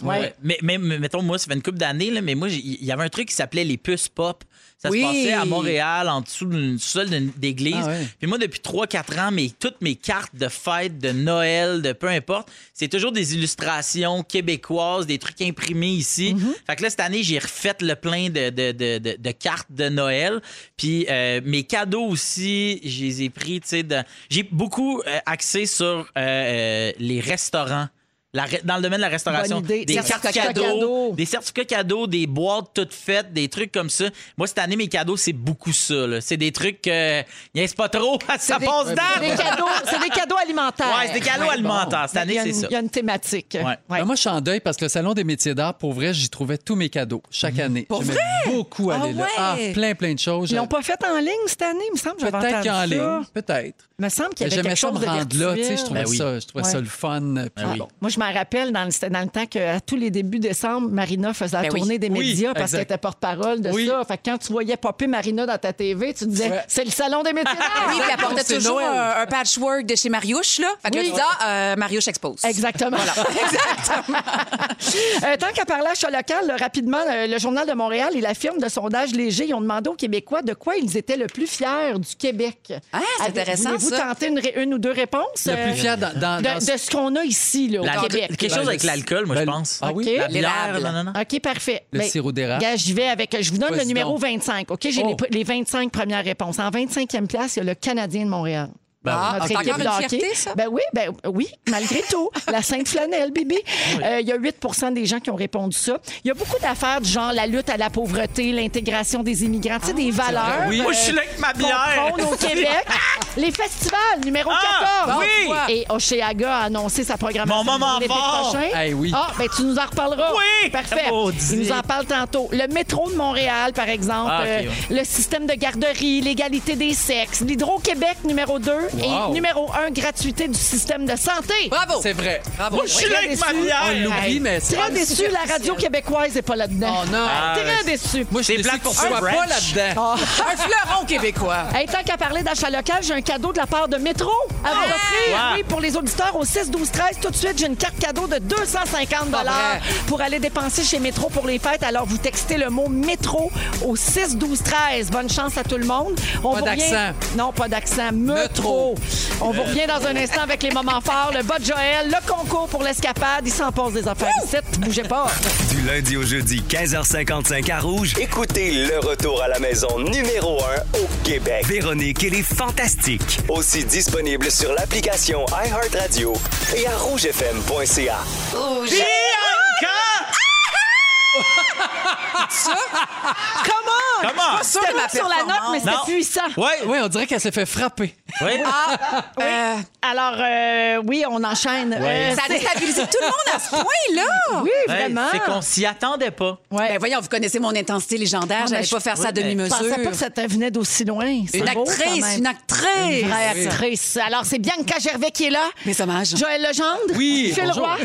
Speaker 5: Ouais.
Speaker 1: Mais, mais, mais mettons, moi, ça fait une couple d'années, là, mais moi, j'ai- il y avait un truc qui s'appelait les puces pop. Ça
Speaker 3: Oui.
Speaker 1: se passait à Montréal, en dessous d'une sol d'une- d'église.
Speaker 4: Ah ouais.
Speaker 1: Puis moi, depuis 3-4 ans, mes, toutes mes cartes de fête, de Noël, de peu importe, c'est toujours des illustrations québécoises, des trucs imprimés ici. Fait que là, cette année, j'ai refait le plein de, de, de, de, de cartes de Noël. Puis euh, mes cadeaux aussi, je les ai pris, tu sais, de- j'ai beaucoup euh, axé sur euh, euh, les restaurants. La re- dans le domaine de la restauration,
Speaker 5: Bonne idée.
Speaker 1: des cartes
Speaker 5: Certificats
Speaker 1: cadeaux,
Speaker 5: cadeaux.
Speaker 1: des certificats cadeaux, des boîtes toutes faites, des trucs comme ça. Moi, cette année, mes cadeaux, c'est beaucoup ça. là. C'est des trucs que. c'est pas trop, <laughs> ça
Speaker 5: C'est des-
Speaker 1: passe
Speaker 5: C'est des
Speaker 1: date.
Speaker 5: cadeaux, c'est des cadeaux alimentaires.
Speaker 1: Ouais, c'est des cadeaux alimentaires. Cette
Speaker 5: Il y
Speaker 1: année,
Speaker 5: a
Speaker 1: c'est
Speaker 5: une-
Speaker 1: ça.
Speaker 5: Il y a une thématique.
Speaker 1: Ouais.
Speaker 5: Ouais.
Speaker 4: Ben, moi, je suis en deuil parce que le Salon des métiers d'art, pour vrai, j'y trouvais tous mes cadeaux chaque année. J'aimais beaucoup aller là. Ah,
Speaker 3: Ah ouais?
Speaker 4: plein, plein de choses.
Speaker 5: Ils l'ont pas fait en ligne cette année, il me semble. j'avais
Speaker 4: Peut-être
Speaker 5: entendu
Speaker 4: qu'en
Speaker 5: ça.
Speaker 4: ligne, peut-être.
Speaker 5: Il me semble qu'il y
Speaker 4: Mais
Speaker 5: avait
Speaker 4: J'aimais
Speaker 5: quelque
Speaker 4: ça me
Speaker 5: chose de
Speaker 4: rendre là, tu sais, je
Speaker 5: virtuel.
Speaker 4: trouvais
Speaker 1: Ben oui. Ah
Speaker 4: ça, je trouvais
Speaker 5: Ouais.
Speaker 4: ça le fun. euh, puis
Speaker 1: oui.
Speaker 4: bon.
Speaker 5: Moi, je m'en rappelle, dans le, c'était dans le temps qu'à tous les débuts décembre, Marina faisait la
Speaker 3: Ben oui.
Speaker 5: tournée des
Speaker 4: Oui,
Speaker 5: médias parce
Speaker 4: exact.
Speaker 5: qu'elle était porte-parole de
Speaker 4: Oui.
Speaker 5: ça. Fait que quand tu voyais popper Marina dans ta TV, tu te disais
Speaker 4: Ouais.
Speaker 5: C'est le salon des métiers
Speaker 3: Ah
Speaker 5: d'art!
Speaker 3: oui, puis elle
Speaker 5: <laughs>
Speaker 3: portait
Speaker 4: C'est
Speaker 3: toujours
Speaker 4: Noël.
Speaker 3: un, un patchwork de chez Mariouche, là. Fait que là,
Speaker 5: Oui.
Speaker 3: tu dis, ah, euh, Mariouche expose.
Speaker 5: Exactement. <laughs> Euh, tant qu'à parler à l'achat local, là, rapidement, euh, le Journal de Montréal et la firme de sondage léger, ils ont demandé aux Québécois de quoi ils étaient le plus fiers du Québec.
Speaker 3: Ah, c'est intéressant,
Speaker 5: Vous
Speaker 3: ça.
Speaker 5: tenter une, ré- une ou deux réponses?
Speaker 4: Le
Speaker 5: euh,
Speaker 4: plus fier dans, dans- dans-
Speaker 5: de, de ce qu'on a ici, là, au
Speaker 1: L'alcool-
Speaker 5: Québec.
Speaker 1: Quelque chose avec l'alcool, moi, je
Speaker 4: Ben,
Speaker 1: pense.
Speaker 4: Ah oui?
Speaker 5: OK. Ah,
Speaker 1: La
Speaker 3: Les
Speaker 1: bière,
Speaker 3: lables.
Speaker 1: non, non, non.
Speaker 5: OK, parfait. Ben,
Speaker 4: Le sirop d'érable.
Speaker 5: gars, j'y vais avec. Je vous donne le
Speaker 4: Vas-y
Speaker 5: numéro
Speaker 4: donc.
Speaker 5: 25. OK, j'ai
Speaker 4: Oh.
Speaker 5: les pr- les, 25 premières réponses. En 25e place, il y a le Canadien de Montréal.
Speaker 4: Ben
Speaker 3: Ah,
Speaker 5: Notre
Speaker 3: c'est
Speaker 5: équipe
Speaker 3: encore une
Speaker 5: de hockey.
Speaker 3: fierté, ça?
Speaker 5: Ben oui, ben oui, malgré tout. La Sainte Flanelle, bébé. Euh, il y a 8 des gens qui ont répondu ça. Il y a beaucoup d'affaires du genre la lutte à la pauvreté, l'intégration des immigrants, tu sais, des valeurs.
Speaker 4: Oui.
Speaker 1: Moi, je suis là avec ma
Speaker 5: qu'on
Speaker 1: bière. <laughs>
Speaker 5: prône au Québec. Les festivals, numéro
Speaker 1: Ah,
Speaker 5: 14.
Speaker 1: oui.
Speaker 5: Et Oshéaga a annoncé sa programmation
Speaker 1: Mon moment
Speaker 5: pour l'été
Speaker 1: fort.
Speaker 5: prochain.
Speaker 4: Eh oui.
Speaker 5: Ah, ben tu nous en reparleras.
Speaker 1: Oui.
Speaker 5: Parfait.
Speaker 1: Maudit.
Speaker 5: Il nous en parle tantôt. Le métro de Montréal, par exemple.
Speaker 1: Ah, ok,
Speaker 5: euh, Le système de garderie, l'égalité des sexes. L'Hydro-Québec, numéro 2.
Speaker 4: Wow.
Speaker 5: Et numéro 1, gratuité du système de santé.
Speaker 3: Bravo.
Speaker 4: C'est vrai.
Speaker 3: Bravo.
Speaker 1: Moi, je suis
Speaker 5: Ouais,
Speaker 1: là
Speaker 5: très
Speaker 1: avec ma
Speaker 5: déçu.
Speaker 4: On
Speaker 1: bière.
Speaker 4: l'oublie, mais c'est.
Speaker 5: Très déçu, la radio québécoise n'est pas là-dedans.
Speaker 4: Oh non.
Speaker 1: Ah,
Speaker 5: Très déçu.
Speaker 4: Moi, je
Speaker 1: C'est
Speaker 4: suis déçu
Speaker 1: plate
Speaker 4: pour
Speaker 1: pour
Speaker 4: toi,
Speaker 1: un
Speaker 4: pas
Speaker 1: branch.
Speaker 3: <laughs>
Speaker 4: là-dedans.
Speaker 3: Un fleuron québécois.
Speaker 5: Hey, tant qu'à parler d'achat local, j'ai un cadeau de la part de Métro à vous offrir.
Speaker 1: Wow.
Speaker 5: Oui, pour les auditeurs au 6 12 13 tout de suite, j'ai une carte cadeau de 250 dollars pour aller dépenser chez Métro pour les fêtes. Alors vous textez le mot Métro au 6 12 13. Bonne chance à tout le monde. On
Speaker 4: Pas
Speaker 5: vous revient-
Speaker 4: d'accent.
Speaker 5: Non, pas d'accent. Métro. On vous revient dans un instant avec les moments forts, le bas de Joël, le concours pour l'escapade, il s'en passe des affaires. Ici, bougez pas.
Speaker 9: Du lundi au jeudi, 15h55 à Rouge,
Speaker 8: Écoutez le retour à la maison numéro 1 au Québec.
Speaker 9: Véronique et les Fantastiques.
Speaker 8: Aussi disponible sur l'application iHeartRadio et à rougefm.ca.
Speaker 1: Bianca!
Speaker 5: Comment
Speaker 1: Comment?
Speaker 3: C'était
Speaker 5: Pas sur la note, mais
Speaker 1: Non.
Speaker 5: c'était puissant.
Speaker 1: Oui,
Speaker 4: Oui, on dirait qu'elle s'est fait frapper.
Speaker 1: oui.
Speaker 5: Ah,
Speaker 3: Euh,
Speaker 5: Alors euh, oui, on enchaîne. Euh,
Speaker 3: ça a déstabilisé tout le monde à ce point-là.
Speaker 5: Oui,
Speaker 1: Ouais,
Speaker 5: vraiment.
Speaker 1: C'est qu'on s'y attendait pas.
Speaker 5: Ouais.
Speaker 3: Ben voyons, vous connaissez mon intensité légendaire. J'allais
Speaker 5: je-
Speaker 3: pas faire ça à
Speaker 1: oui, mais-
Speaker 5: Je pensais pas
Speaker 3: demi-mesure.
Speaker 5: que ça te venait d'aussi loin. C'est
Speaker 3: Une
Speaker 5: beau, quand
Speaker 3: actrice,
Speaker 5: même.
Speaker 3: une actrice.
Speaker 5: Vraie actrice. Alors, c'est Bianca Gervais qui est là.
Speaker 3: Mes hommages.
Speaker 5: Joël Legendre.
Speaker 4: Oui,
Speaker 5: Phil
Speaker 4: bonjour.
Speaker 5: Roy.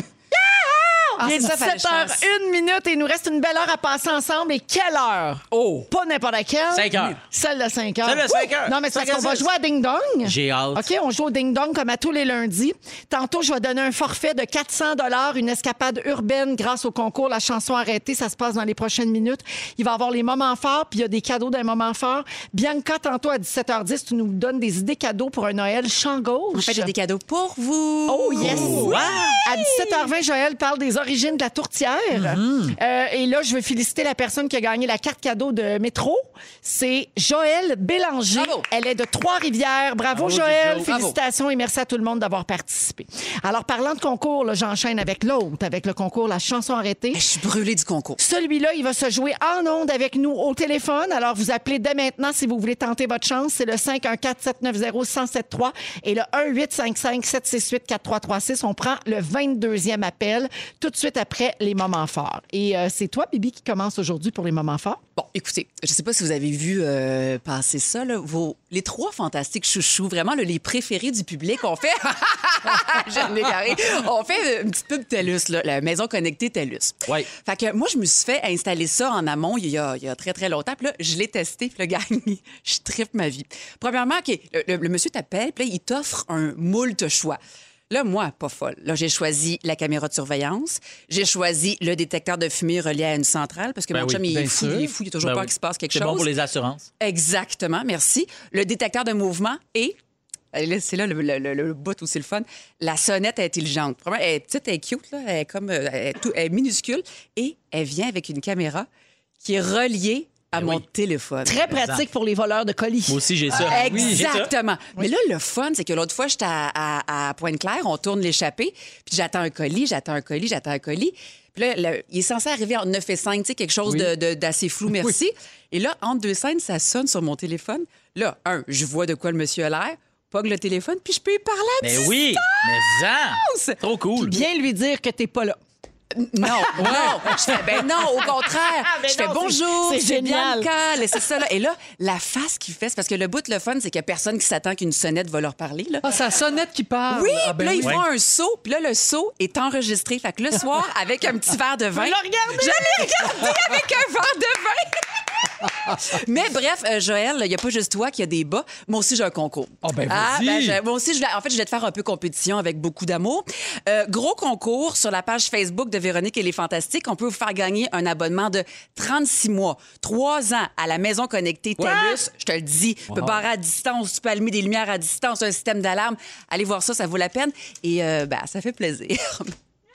Speaker 3: Ah,
Speaker 5: Il est
Speaker 3: c'est ça, fallait que je
Speaker 5: 17
Speaker 3: fasse.
Speaker 5: h une minute et il nous reste une belle heure à passer ensemble. Et quelle heure?
Speaker 3: Oh!
Speaker 5: Pas n'importe laquelle.
Speaker 1: Cinq heures.
Speaker 5: Celle de 5 heures.
Speaker 1: Celle de cinq heures.
Speaker 5: Non, mais c'est parce
Speaker 1: Cinq
Speaker 5: qu'on va
Speaker 1: heures six.
Speaker 5: jouer à Ding Dong.
Speaker 1: J'ai hâte.
Speaker 5: OK, on joue au Ding Dong comme à tous les lundis. Tantôt, je vais donner un forfait de 400 une escapade urbaine grâce au concours La chanson arrêtée. Ça se passe dans les prochaines minutes. Il va y avoir les moments forts, puis il y a des cadeaux d'un moment fort. Bianca, tantôt à 17h10, tu nous donnes des idées cadeaux pour un Noël champ gauche.
Speaker 3: En fait, j'ai des cadeaux pour vous.
Speaker 5: Oh yes! À 17h20, Joël parle des origines de la tourtière. Euh, et là, je veux féliciter la personne qui a gagné la carte cadeau de métro. C'est Joël Bélanger.
Speaker 3: Bravo.
Speaker 5: Elle est de Trois-Rivières. Bravo,
Speaker 4: Bravo,
Speaker 5: Joël.
Speaker 4: Jojo.
Speaker 5: Félicitations et merci à tout le monde d'avoir participé. Alors, parlant de concours, là, j'enchaîne avec l'autre, avec le concours La chanson arrêtée.
Speaker 3: Ben, Je suis brûlée du concours.
Speaker 5: Celui-là, il va se jouer en ondes avec nous au téléphone. Alors, vous appelez dès maintenant si vous voulez tenter votre chance. C'est le 514-790-1073 et le 1-855-768-4336. On prend le 22e appel tout de suite après les moments forts. Et euh, c'est toi, Bibi, qui commence aujourd'hui pour les moments forts.
Speaker 3: Bon, écoutez, je ne sais pas si vous avez vu euh, passer ça, là, vos, les trois fantastiques chouchous, vraiment là, les préférés du public. On fait, <laughs> Jeanne Légaré, on fait une petite pub TELUS, là, la maison connectée TELUS.
Speaker 1: Ouais.
Speaker 3: Fait que moi, je me suis fait installer ça en amont il y a, il y a très, très longtemps. Puis là, je l'ai testé, puis le gagné. <laughs> Je tripe ma vie. Premièrement, OK, le, le- le monsieur t'appelle, puis là, il t'offre un moult choix. Là, moi, pas folle. Là, j'ai choisi la caméra de surveillance. J'ai choisi le détecteur de fumée relié à une centrale parce que
Speaker 4: Ben
Speaker 3: mon
Speaker 4: oui,
Speaker 3: chum, il est
Speaker 4: bien
Speaker 3: fou,
Speaker 4: sûr.
Speaker 3: il est fou, il a toujours
Speaker 1: Ben
Speaker 3: peur
Speaker 1: oui.
Speaker 3: qu'il se passe quelque
Speaker 1: C'est
Speaker 3: chose.
Speaker 1: bon pour les assurances.
Speaker 3: Exactement, merci. Le détecteur de mouvement et. et là, C'est là le, le, le- le bout où c'est le fun. La sonnette intelligente. Premièrement, elle est petite, elle est cute, là, elle, est comme, euh, elle, est tout- elle est minuscule et elle vient avec une caméra qui est reliée à
Speaker 1: Ben
Speaker 3: mon téléphone.
Speaker 5: Très pratique pour les voleurs de colis.
Speaker 1: Moi aussi, j'ai ça. Oui, j'ai ça.
Speaker 3: Ah, Exactement. Mais là, le fun, c'est que l'autre fois, j'étais à, à- à Pointe-Claire, on tourne l'échappée, puis j'attends un colis, j'attends un colis, j'attends un colis. Puis là, le- il est censé arriver en 9 et 5, tu sais, quelque chose de- de- d'assez flou, merci. Et là, entre deux scènes, ça sonne sur mon téléphone. Là, un, je vois de quoi le monsieur a l'air, pogne le téléphone, puis je peux y parler à
Speaker 1: Mais oui, mais ça. Trop cool.
Speaker 5: Bien lui dire que t'es pas là. <laughs>
Speaker 3: Non, non. Je fais, ben non, au contraire.
Speaker 5: Ben
Speaker 3: je fais
Speaker 5: non, c'est-
Speaker 3: bonjour.
Speaker 5: c'est
Speaker 3: c'est
Speaker 5: génial.
Speaker 3: Bianca, laissez ça là. Et là, la face qu'il fait, c'est parce que le bout, le fun, c'est qu'il n'y a personne qui s'attend qu'une sonnette va leur parler. Là.
Speaker 4: Ah, c'est la sonnette qui parle.
Speaker 3: Oui,
Speaker 4: Ah,
Speaker 3: puis
Speaker 4: ben
Speaker 3: là, ils
Speaker 4: oui.
Speaker 3: font un saut, puis là, le saut est enregistré. Fait que le soir, avec un petit verre de vin.
Speaker 5: le regardez!
Speaker 3: Je l'ai regardé avec un verre de vin! Mais bref, euh, Joël, il n'y a pas juste toi qui a des bas. Moi aussi, j'ai un concours.
Speaker 4: Ah, ben,
Speaker 3: ah,
Speaker 4: vas-y.
Speaker 3: ben, je- moi aussi, je voulais- en fait, je vais te faire un peu compétition avec beaucoup d'amour. Euh, gros concours sur la page Facebook de Véronique et les Fantastiques. On peut vous faire gagner un abonnement de 36 mois, 3 ans à la maison connectée TELUS. Je te le dis, tu peux barrer à distance, tu peux allumer des lumières à distance, un système d'alarme. Allez voir ça, ça vaut la peine. Et euh, ben, ça fait plaisir. <laughs>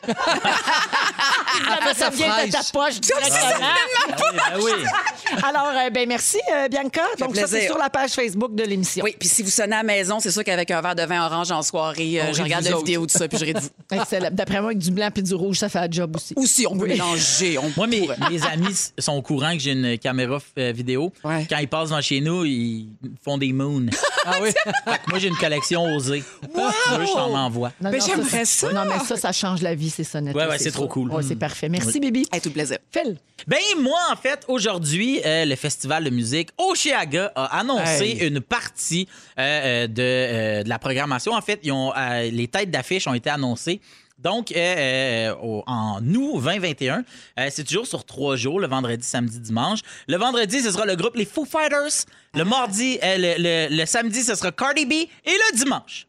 Speaker 5: Ah, ça vient de ta
Speaker 4: fraîche.
Speaker 5: poche directement.
Speaker 1: Ah oui, ben oui.
Speaker 5: Alors, euh, ben merci, euh, Bianca. Donc, ça, c'est
Speaker 3: plaisir.
Speaker 5: sur la page Facebook de l'émission.
Speaker 3: Oui, puis si vous sonnez à la maison, c'est sûr qu'avec un verre de vin orange en soirée, euh,
Speaker 4: rit
Speaker 3: je
Speaker 4: de
Speaker 3: regarde
Speaker 4: vous
Speaker 3: la
Speaker 4: autres.
Speaker 3: vidéo de ça, puis je ris de
Speaker 4: <laughs>
Speaker 3: vous.
Speaker 5: Excellent. D'après moi, avec du blanc puis du rouge, ça fait un job aussi.
Speaker 3: Ou si on peut mélanger, on
Speaker 1: Moi, mes, mes amis s- sont au courant que j'ai une caméra euh, vidéo.
Speaker 3: Ouais.
Speaker 1: Quand ils passent devant chez nous, ils font des moons.
Speaker 4: Ah oui.
Speaker 1: Fait que moi, j'ai une collection osée. Si tu veux, je t'en envoie.
Speaker 5: Non,
Speaker 3: Ben,
Speaker 5: non,
Speaker 3: j'aimerais ça.
Speaker 5: Non, mais ça, ça change la vie, ces sonnettes.
Speaker 1: Ouais, ouais, c'est trop cool. Mm.
Speaker 5: c'est parfait. Merci, Bibi.
Speaker 3: Hey, tout plaisir.
Speaker 5: Phil.
Speaker 1: Ben moi, en fait, aujourd'hui, euh, le festival de musique Oceaga a annoncé une partie euh, euh, de, euh, de la programmation. En fait, ils ont, euh, les têtes d'affiche ont été annoncées. Donc, euh, euh, au- en août 2021, euh, c'est toujours sur trois jours, le vendredi, samedi, dimanche. Le vendredi, ce sera le groupe Les Foo Fighters. Le mardi, euh, le, le- le samedi, ce sera Cardi B. Et le dimanche,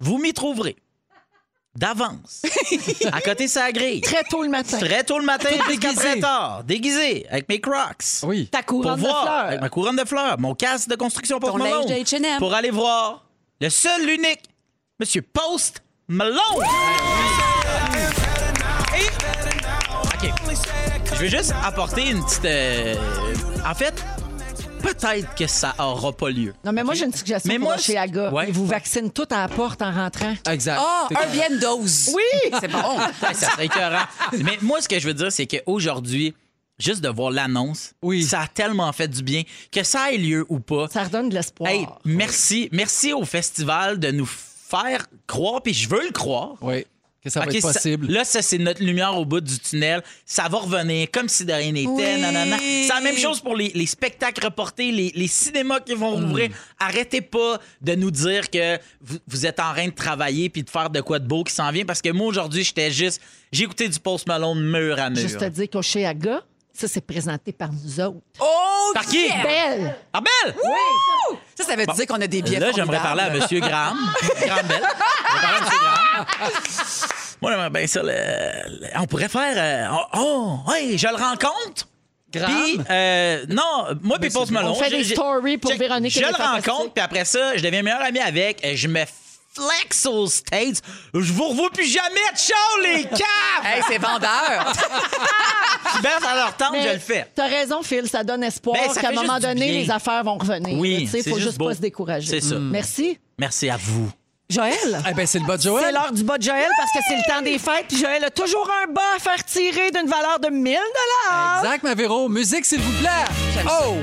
Speaker 1: vous m'y trouverez d'avance, à côté de sa grille.
Speaker 5: Très tôt le matin.
Speaker 1: Très tôt le matin, déguisé.
Speaker 4: déguisé.
Speaker 1: Très tard, déguisé, avec mes crocs.
Speaker 4: Oui.
Speaker 5: Ta
Speaker 1: Pour
Speaker 5: couronne de
Speaker 1: voir,
Speaker 5: fleurs.
Speaker 1: avec ma couronne de fleurs, mon casque de construction pour
Speaker 3: Ton
Speaker 1: Malone.
Speaker 3: linge de H&M.
Speaker 1: Pour aller voir le seul, l'unique, Monsieur Post Malone. Et- OK. Je vais juste apporter une petite... euh, En fait, peut-être que ça aura pas lieu.
Speaker 5: Non, mais moi, j'ai une suggestion
Speaker 1: Mais
Speaker 5: pour
Speaker 1: moi,
Speaker 5: chez Aga.
Speaker 1: Ouais.
Speaker 5: Ils vous vaccinent tout à la porte en rentrant.
Speaker 4: Exact.
Speaker 3: Ah,
Speaker 4: T'es-
Speaker 3: un bien de dose.
Speaker 5: Oui!
Speaker 3: C'est bon.
Speaker 1: <laughs> Ouais, ça serait écœurant. Mais moi, ce que je veux dire, c'est qu'aujourd'hui, juste de voir l'annonce,
Speaker 4: Oui.
Speaker 1: ça a tellement fait du bien que ça ait lieu ou pas.
Speaker 5: Ça redonne de l'espoir.
Speaker 1: Hey, merci. Merci au festival de nous faire croire, puis je veux le croire,
Speaker 4: Oui. que ça va
Speaker 1: OK,
Speaker 4: être
Speaker 1: ça-
Speaker 4: possible.
Speaker 1: là, ça, c'est notre lumière au bout du tunnel. Ça va revenir comme si de rien n'était.
Speaker 3: Oui.
Speaker 1: nanana. C'est la même chose pour les, les spectacles reportés, les, les cinémas qui vont
Speaker 4: Mm.
Speaker 1: rouvrir. Arrêtez pas de nous dire que vous, vous êtes en train de travailler puis de faire de quoi de beau qui s'en vient. Parce que moi, aujourd'hui, j'étais juste. J'ai écouté du Post Malone mur à mur.
Speaker 5: Juste te dire qu'au chez Aga, ça, c'est présenté par nous autres.
Speaker 3: Oh,
Speaker 1: Par qui?
Speaker 3: yeah!
Speaker 5: Belle!
Speaker 1: Arbel!
Speaker 3: Ça, ça veut dire qu'on a des billets
Speaker 1: Là, j'aimerais
Speaker 3: formidables.
Speaker 1: parler à M. Graham.
Speaker 5: <laughs>
Speaker 1: Graham Bell. J'aimerais parler à M. Graham. Moi, j'aimerais bien ça. le- le- on pourrait faire. euh, oh, oh, hey, je le rencontre. Puis, euh, non, moi, puis Post Malone.
Speaker 5: On fait
Speaker 1: je-
Speaker 5: des
Speaker 1: je-
Speaker 5: stories pour
Speaker 1: check,
Speaker 5: Véronique et
Speaker 1: Je
Speaker 5: les
Speaker 1: le
Speaker 5: Fantastiques.
Speaker 1: rencontre, puis après ça, je deviens meilleur ami avec. euh, Je me flex aux States. Je vous revois plus jamais de show, les <laughs> caves!
Speaker 3: Hey,
Speaker 1: <laughs>
Speaker 3: c'est vendeur.
Speaker 1: Puis, ben, à leur tente, je le fais.
Speaker 5: T'as raison, Phil, ça donne espoir
Speaker 1: Ben, ça
Speaker 5: qu'à un
Speaker 1: fait
Speaker 5: moment
Speaker 1: juste du
Speaker 5: donné,
Speaker 1: bien.
Speaker 5: les affaires vont revenir.
Speaker 1: Oui,
Speaker 5: Il faut
Speaker 1: c'est juste
Speaker 5: juste
Speaker 1: beau.
Speaker 5: pas se décourager.
Speaker 1: C'est ça.
Speaker 5: Mm. Merci.
Speaker 1: Merci à vous.
Speaker 5: Joël?
Speaker 4: Eh bien, c'est le bas de Joël.
Speaker 5: C'est l'heure du bas de Joël parce que c'est le temps des fêtes. Puis Joël a toujours un bas à faire tirer d'une valeur de 1000
Speaker 4: Exact, ma Véro. Musique, s'il vous plaît. Oh!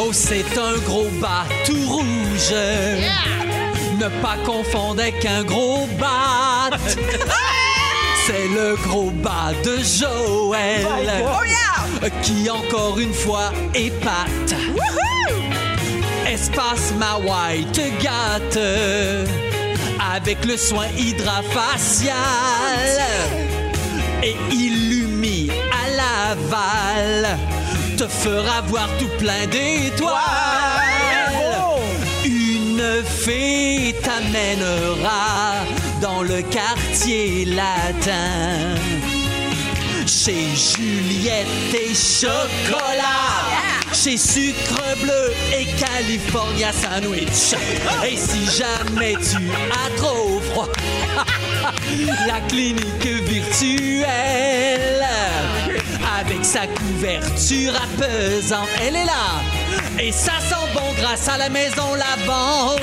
Speaker 4: Oh, c'est un gros bas tout rouge. Ne pas confondre avec un gros bat. c'est le gros bas de Joël. Qui encore une fois épate. Espace Mawai te gâte. Avec le soin hydrafacial et illumine à l'aval te fera voir tout plein d'étoiles. Une fée t'amènera dans le quartier latin. Chez Juliette et Chocolat. Chez Sucre Bleu et California Sandwich. Et si jamais tu as trop froid, <laughs> la clinique virtuelle avec sa couverture apaisante. Elle est là et ça sent bon grâce à la maison lavande.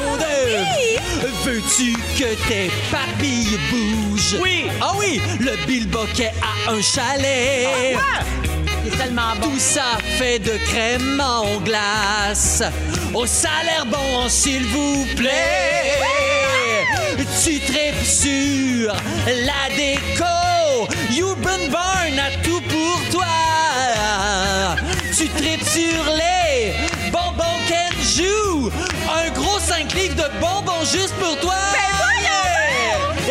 Speaker 4: Veux-tu que tes papilles bougent?
Speaker 1: Oui.
Speaker 4: Ah oui, le bilboquet a un chalet.
Speaker 5: Ah, C'est tellement bon.
Speaker 4: Tout ça fait de crème en glace. Au salaire bon, s'il vous plaît. Tu tripes sur la déco. Urban Barn a tout pour toi. Tu tripes sur les bonbons Kenju. Un gros 5 livres de bonbons juste pour toi.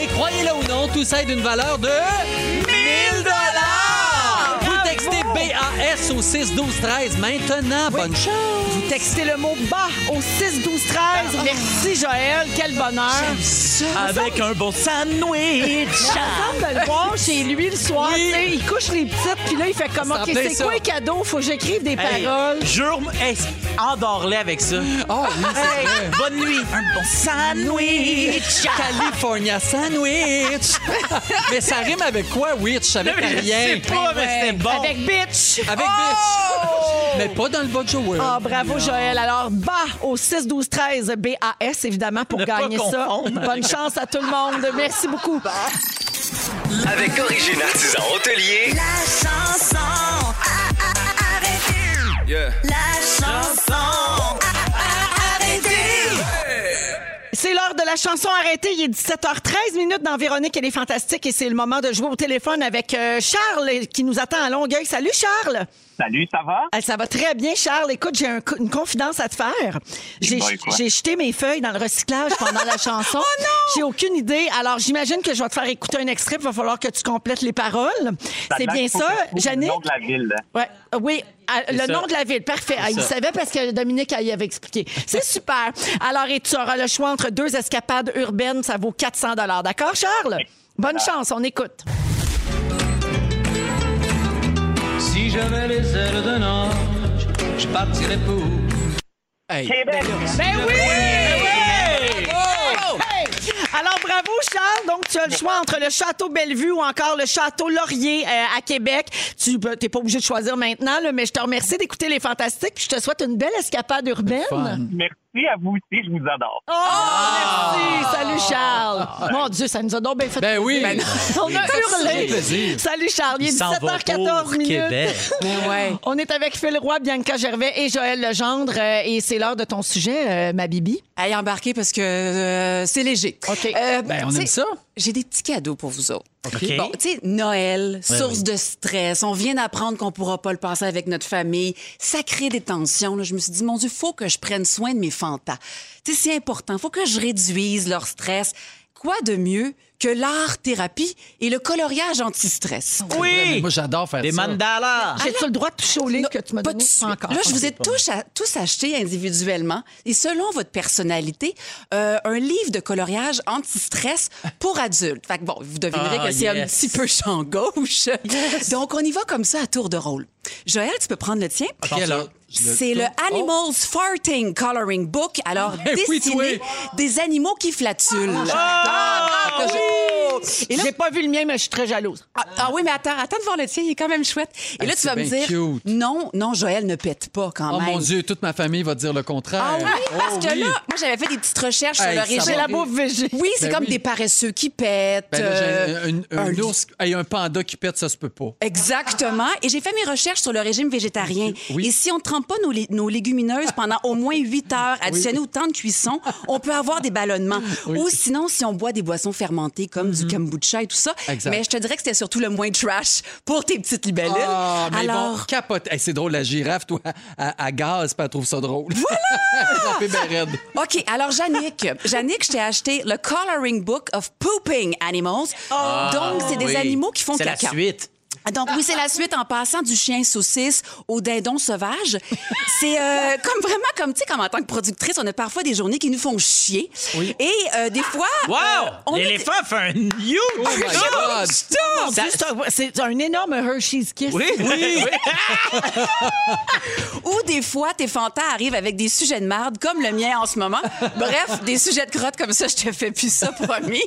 Speaker 4: Et croyez-le ou non, tout ça est d'une valeur de 1000 dollars. Vous textez BAS au 6 12 13 maintenant. Bonne chance.
Speaker 5: Vous textez le mot bas au 6 12 13. Merci Joël, quel bonheur.
Speaker 1: Avec un bon sandwich.
Speaker 5: J'ai hâte de le voir chez lui le soir.
Speaker 4: Oui.
Speaker 5: tu sais, Il couche les petites, puis là, il fait comme,
Speaker 4: Ça
Speaker 5: OK,
Speaker 4: me plaît,
Speaker 5: c'est
Speaker 4: ça.
Speaker 5: quoi les cadeaux? Faut que j'écrive des
Speaker 1: Hey,
Speaker 5: paroles.
Speaker 1: Jure-moi. Hey, endors-les avec ça.
Speaker 4: Oh, oui,
Speaker 1: Hey, bonne nuit. Un bon sandwich.
Speaker 4: <laughs> California Sandwich. <laughs> mais ça rime avec quoi, Witch? Avec
Speaker 1: Je
Speaker 4: rien.
Speaker 1: sais pas, mais c'était bon.
Speaker 5: Avec bitch.
Speaker 4: Avec
Speaker 3: Oh!
Speaker 4: bitch. Mais pas dans le bas de Joël.
Speaker 5: Ah, bravo, Joël. Alors, bas au 6, 12, 13, BAS, évidemment, pour
Speaker 1: Ne pas
Speaker 5: gagner ça.
Speaker 1: confondre.
Speaker 5: Bonne chance à tout le monde. Merci beaucoup.
Speaker 9: Avec Origine Artisan Hôtelier. La chanson. Yeah.
Speaker 5: C'est l'heure de la chanson arrêtée. Il est 17h13 minutes dans Véronique et les Fantastiques et c'est le moment de jouer au téléphone avec euh, Charles qui nous attend à Longueuil. Salut, Charles.
Speaker 10: Salut, ça va?
Speaker 5: Ah, Ça va très bien, Charles. Écoute, j'ai un co- une confidence à te faire. J'ai
Speaker 10: boy, quoi?
Speaker 5: j'ai jeté mes feuilles dans le recyclage pendant la <laughs> chanson. oh non! J'ai aucune idée. Alors, j'imagine que je vais te faire écouter un extrait. Il va falloir que tu complètes les paroles. C'est bien ça,
Speaker 10: Janine? Le
Speaker 5: Janine?
Speaker 10: nom de la ville.
Speaker 5: Ouais, euh, oui, ah, le
Speaker 1: ça.
Speaker 5: nom de la ville, parfait. Ah, il
Speaker 1: ça.
Speaker 5: savait parce que Dominique elle y avait expliqué.
Speaker 10: <laughs>
Speaker 5: C'est super. Alors, et tu auras le choix entre deux escapades urbaines, ça vaut 400 dollars, d'accord, Charles? Bonne chance, on écoute.
Speaker 11: Si j'avais les ailes d'un ange, je partirais pour.
Speaker 4: Hey.
Speaker 10: Québec!
Speaker 5: Ben oui! Bravo! Alors, bravo, Charles. Donc, tu as le choix entre le Château Bellevue ou encore le Château Laurier euh, à Québec. Tu n'es pas obligé de choisir maintenant, là, mais je te remercie d'écouter les Fantastiques. puis Je te souhaite une belle escapade urbaine.
Speaker 4: Fun.
Speaker 10: Merci merci à vous aussi, je vous adore.
Speaker 5: Oh, merci! Salut, Charles! Mon Dieu, ça nous a donc bien fait
Speaker 4: Ben oui.
Speaker 5: plaisir. On a hurlé!
Speaker 4: plaisir.
Speaker 5: Salut, Charles! Il est
Speaker 1: S'en va pour
Speaker 5: 17h14
Speaker 3: <laughs>
Speaker 5: minutes.
Speaker 1: Québec.
Speaker 3: Mais ouais.
Speaker 5: On est avec Phil Roy, Bianca Gervais et Joël Legendre. euh, Et c'est l'heure de ton sujet, euh, ma Bibi.
Speaker 3: Allez, embarquer parce que euh, c'est léger.
Speaker 5: OK.
Speaker 3: Euh,
Speaker 4: Ben, on
Speaker 3: tu
Speaker 4: aime
Speaker 3: sais,
Speaker 4: ça.
Speaker 3: J'ai des petits cadeaux pour vous autres.
Speaker 1: OK.
Speaker 3: Bon, tu sais, Noël, source de stress. On vient d'apprendre qu'on pourra pas le passer avec notre famille. Ça crée des tensions. là. Je me suis dit, mon Dieu, faut que je prenne soin de mes fantas. Tu sais, c'est important. Faut que je réduise leur stress. Quoi de mieux que l'art-thérapie et le coloriage anti-stress?
Speaker 1: Oui!
Speaker 4: Moi, j'adore faire
Speaker 1: Des
Speaker 4: ça.
Speaker 1: mandalas!
Speaker 5: J'ai-tu le droit de toucher au livre que tu m'as
Speaker 3: Pas
Speaker 5: donné?
Speaker 3: de suite.
Speaker 5: Pas encore.
Speaker 3: Là, je vous ai tous, à- tous acheté individuellement et selon votre personnalité, euh, un livre de coloriage anti-stress pour adultes. Fait que bon, vous devinerez
Speaker 1: Ah,
Speaker 3: que c'est un
Speaker 1: yes.
Speaker 3: petit peu champ gauche. Donc, on y va comme ça à tour de rôle. Joël, tu peux prendre le tien.
Speaker 4: Attention. alors, je le
Speaker 3: C'est le
Speaker 4: tourne.
Speaker 3: Animals Farting Coloring Book. Alors,
Speaker 4: <laughs> oui, Ah!
Speaker 3: dessiné
Speaker 4: toi.
Speaker 3: des animaux qui flatulent. Fait que je- Et là-
Speaker 5: J'ai pas vu le mien, mais je suis très jalouse.
Speaker 3: ah, ah oui, mais attends, attends de voir le tien, il est quand même chouette. Et là, tu
Speaker 4: Ah, c'est
Speaker 3: vas me
Speaker 4: bien
Speaker 3: dire,
Speaker 4: cute.
Speaker 3: non, non, Joël ne pète pas quand
Speaker 4: Oh
Speaker 3: même.
Speaker 4: mon Dieu, toute ma famille va dire le contraire.
Speaker 3: Ah oui, parce
Speaker 4: Oh
Speaker 3: que
Speaker 4: oui.
Speaker 3: là, moi, j'avais fait des petites recherches
Speaker 4: Hey,
Speaker 3: sur
Speaker 4: ça
Speaker 3: l'origine.
Speaker 4: va.
Speaker 5: La bouffe végé.
Speaker 3: Oui, c'est
Speaker 4: Ben
Speaker 3: comme
Speaker 4: oui.
Speaker 3: des paresseux qui pètent.
Speaker 4: Ben là, j'ai
Speaker 3: euh,
Speaker 4: un, un- un
Speaker 3: un-
Speaker 4: ours et un panda qui pète, ça se peut pas.
Speaker 3: Exactement. Et j'ai fait mes recherches sur le régime végétarien.
Speaker 4: Oui.
Speaker 3: Et si on ne trempe pas nos, lé- nos légumineuses pendant au moins 8 heures additionnées au temps de cuisson, on peut avoir des ballonnements. Ou sinon, si on boit des boissons fermentées comme du kombucha et tout ça.
Speaker 4: Mhm. Exact.
Speaker 3: Mais je te dirais que c'était surtout le moins trash pour tes petites libellules.
Speaker 4: Ah, mais bon,
Speaker 3: Alors,
Speaker 4: capote. Hey, c'est drôle, la girafe, toi, à, gaz, puis elle trouve ça drôle. <laughs> Voilà! fait bien raide.
Speaker 3: OK, alors Yannick, Yannick, je t'ai acheté le Coloring Book of Pooping Animals. Donc, Ah, c'est des
Speaker 1: Oh. Oui.
Speaker 3: animaux qui font
Speaker 1: C'est la
Speaker 3: caca.
Speaker 1: suite.
Speaker 3: Donc oui, c'est la suite en passant du chien saucisse au dindon sauvage. C'est euh, comme vraiment comme tu sais comme en tant que productrice, on a parfois des journées qui nous font chier. Et euh, des fois
Speaker 1: Wow!
Speaker 3: euh, on est-
Speaker 1: L'éléphant fait un huge
Speaker 4: Oh my God!
Speaker 5: Mon Dieu, c'est un- C'est un énorme Hershey's Kiss.
Speaker 1: Oui, oui.
Speaker 3: ou des fois tes fantas arrivent avec des sujets de marde comme le mien en
Speaker 1: <laughs>
Speaker 3: ce moment. Bref, des sujets de crotte comme ça, je te fais plus ça promis.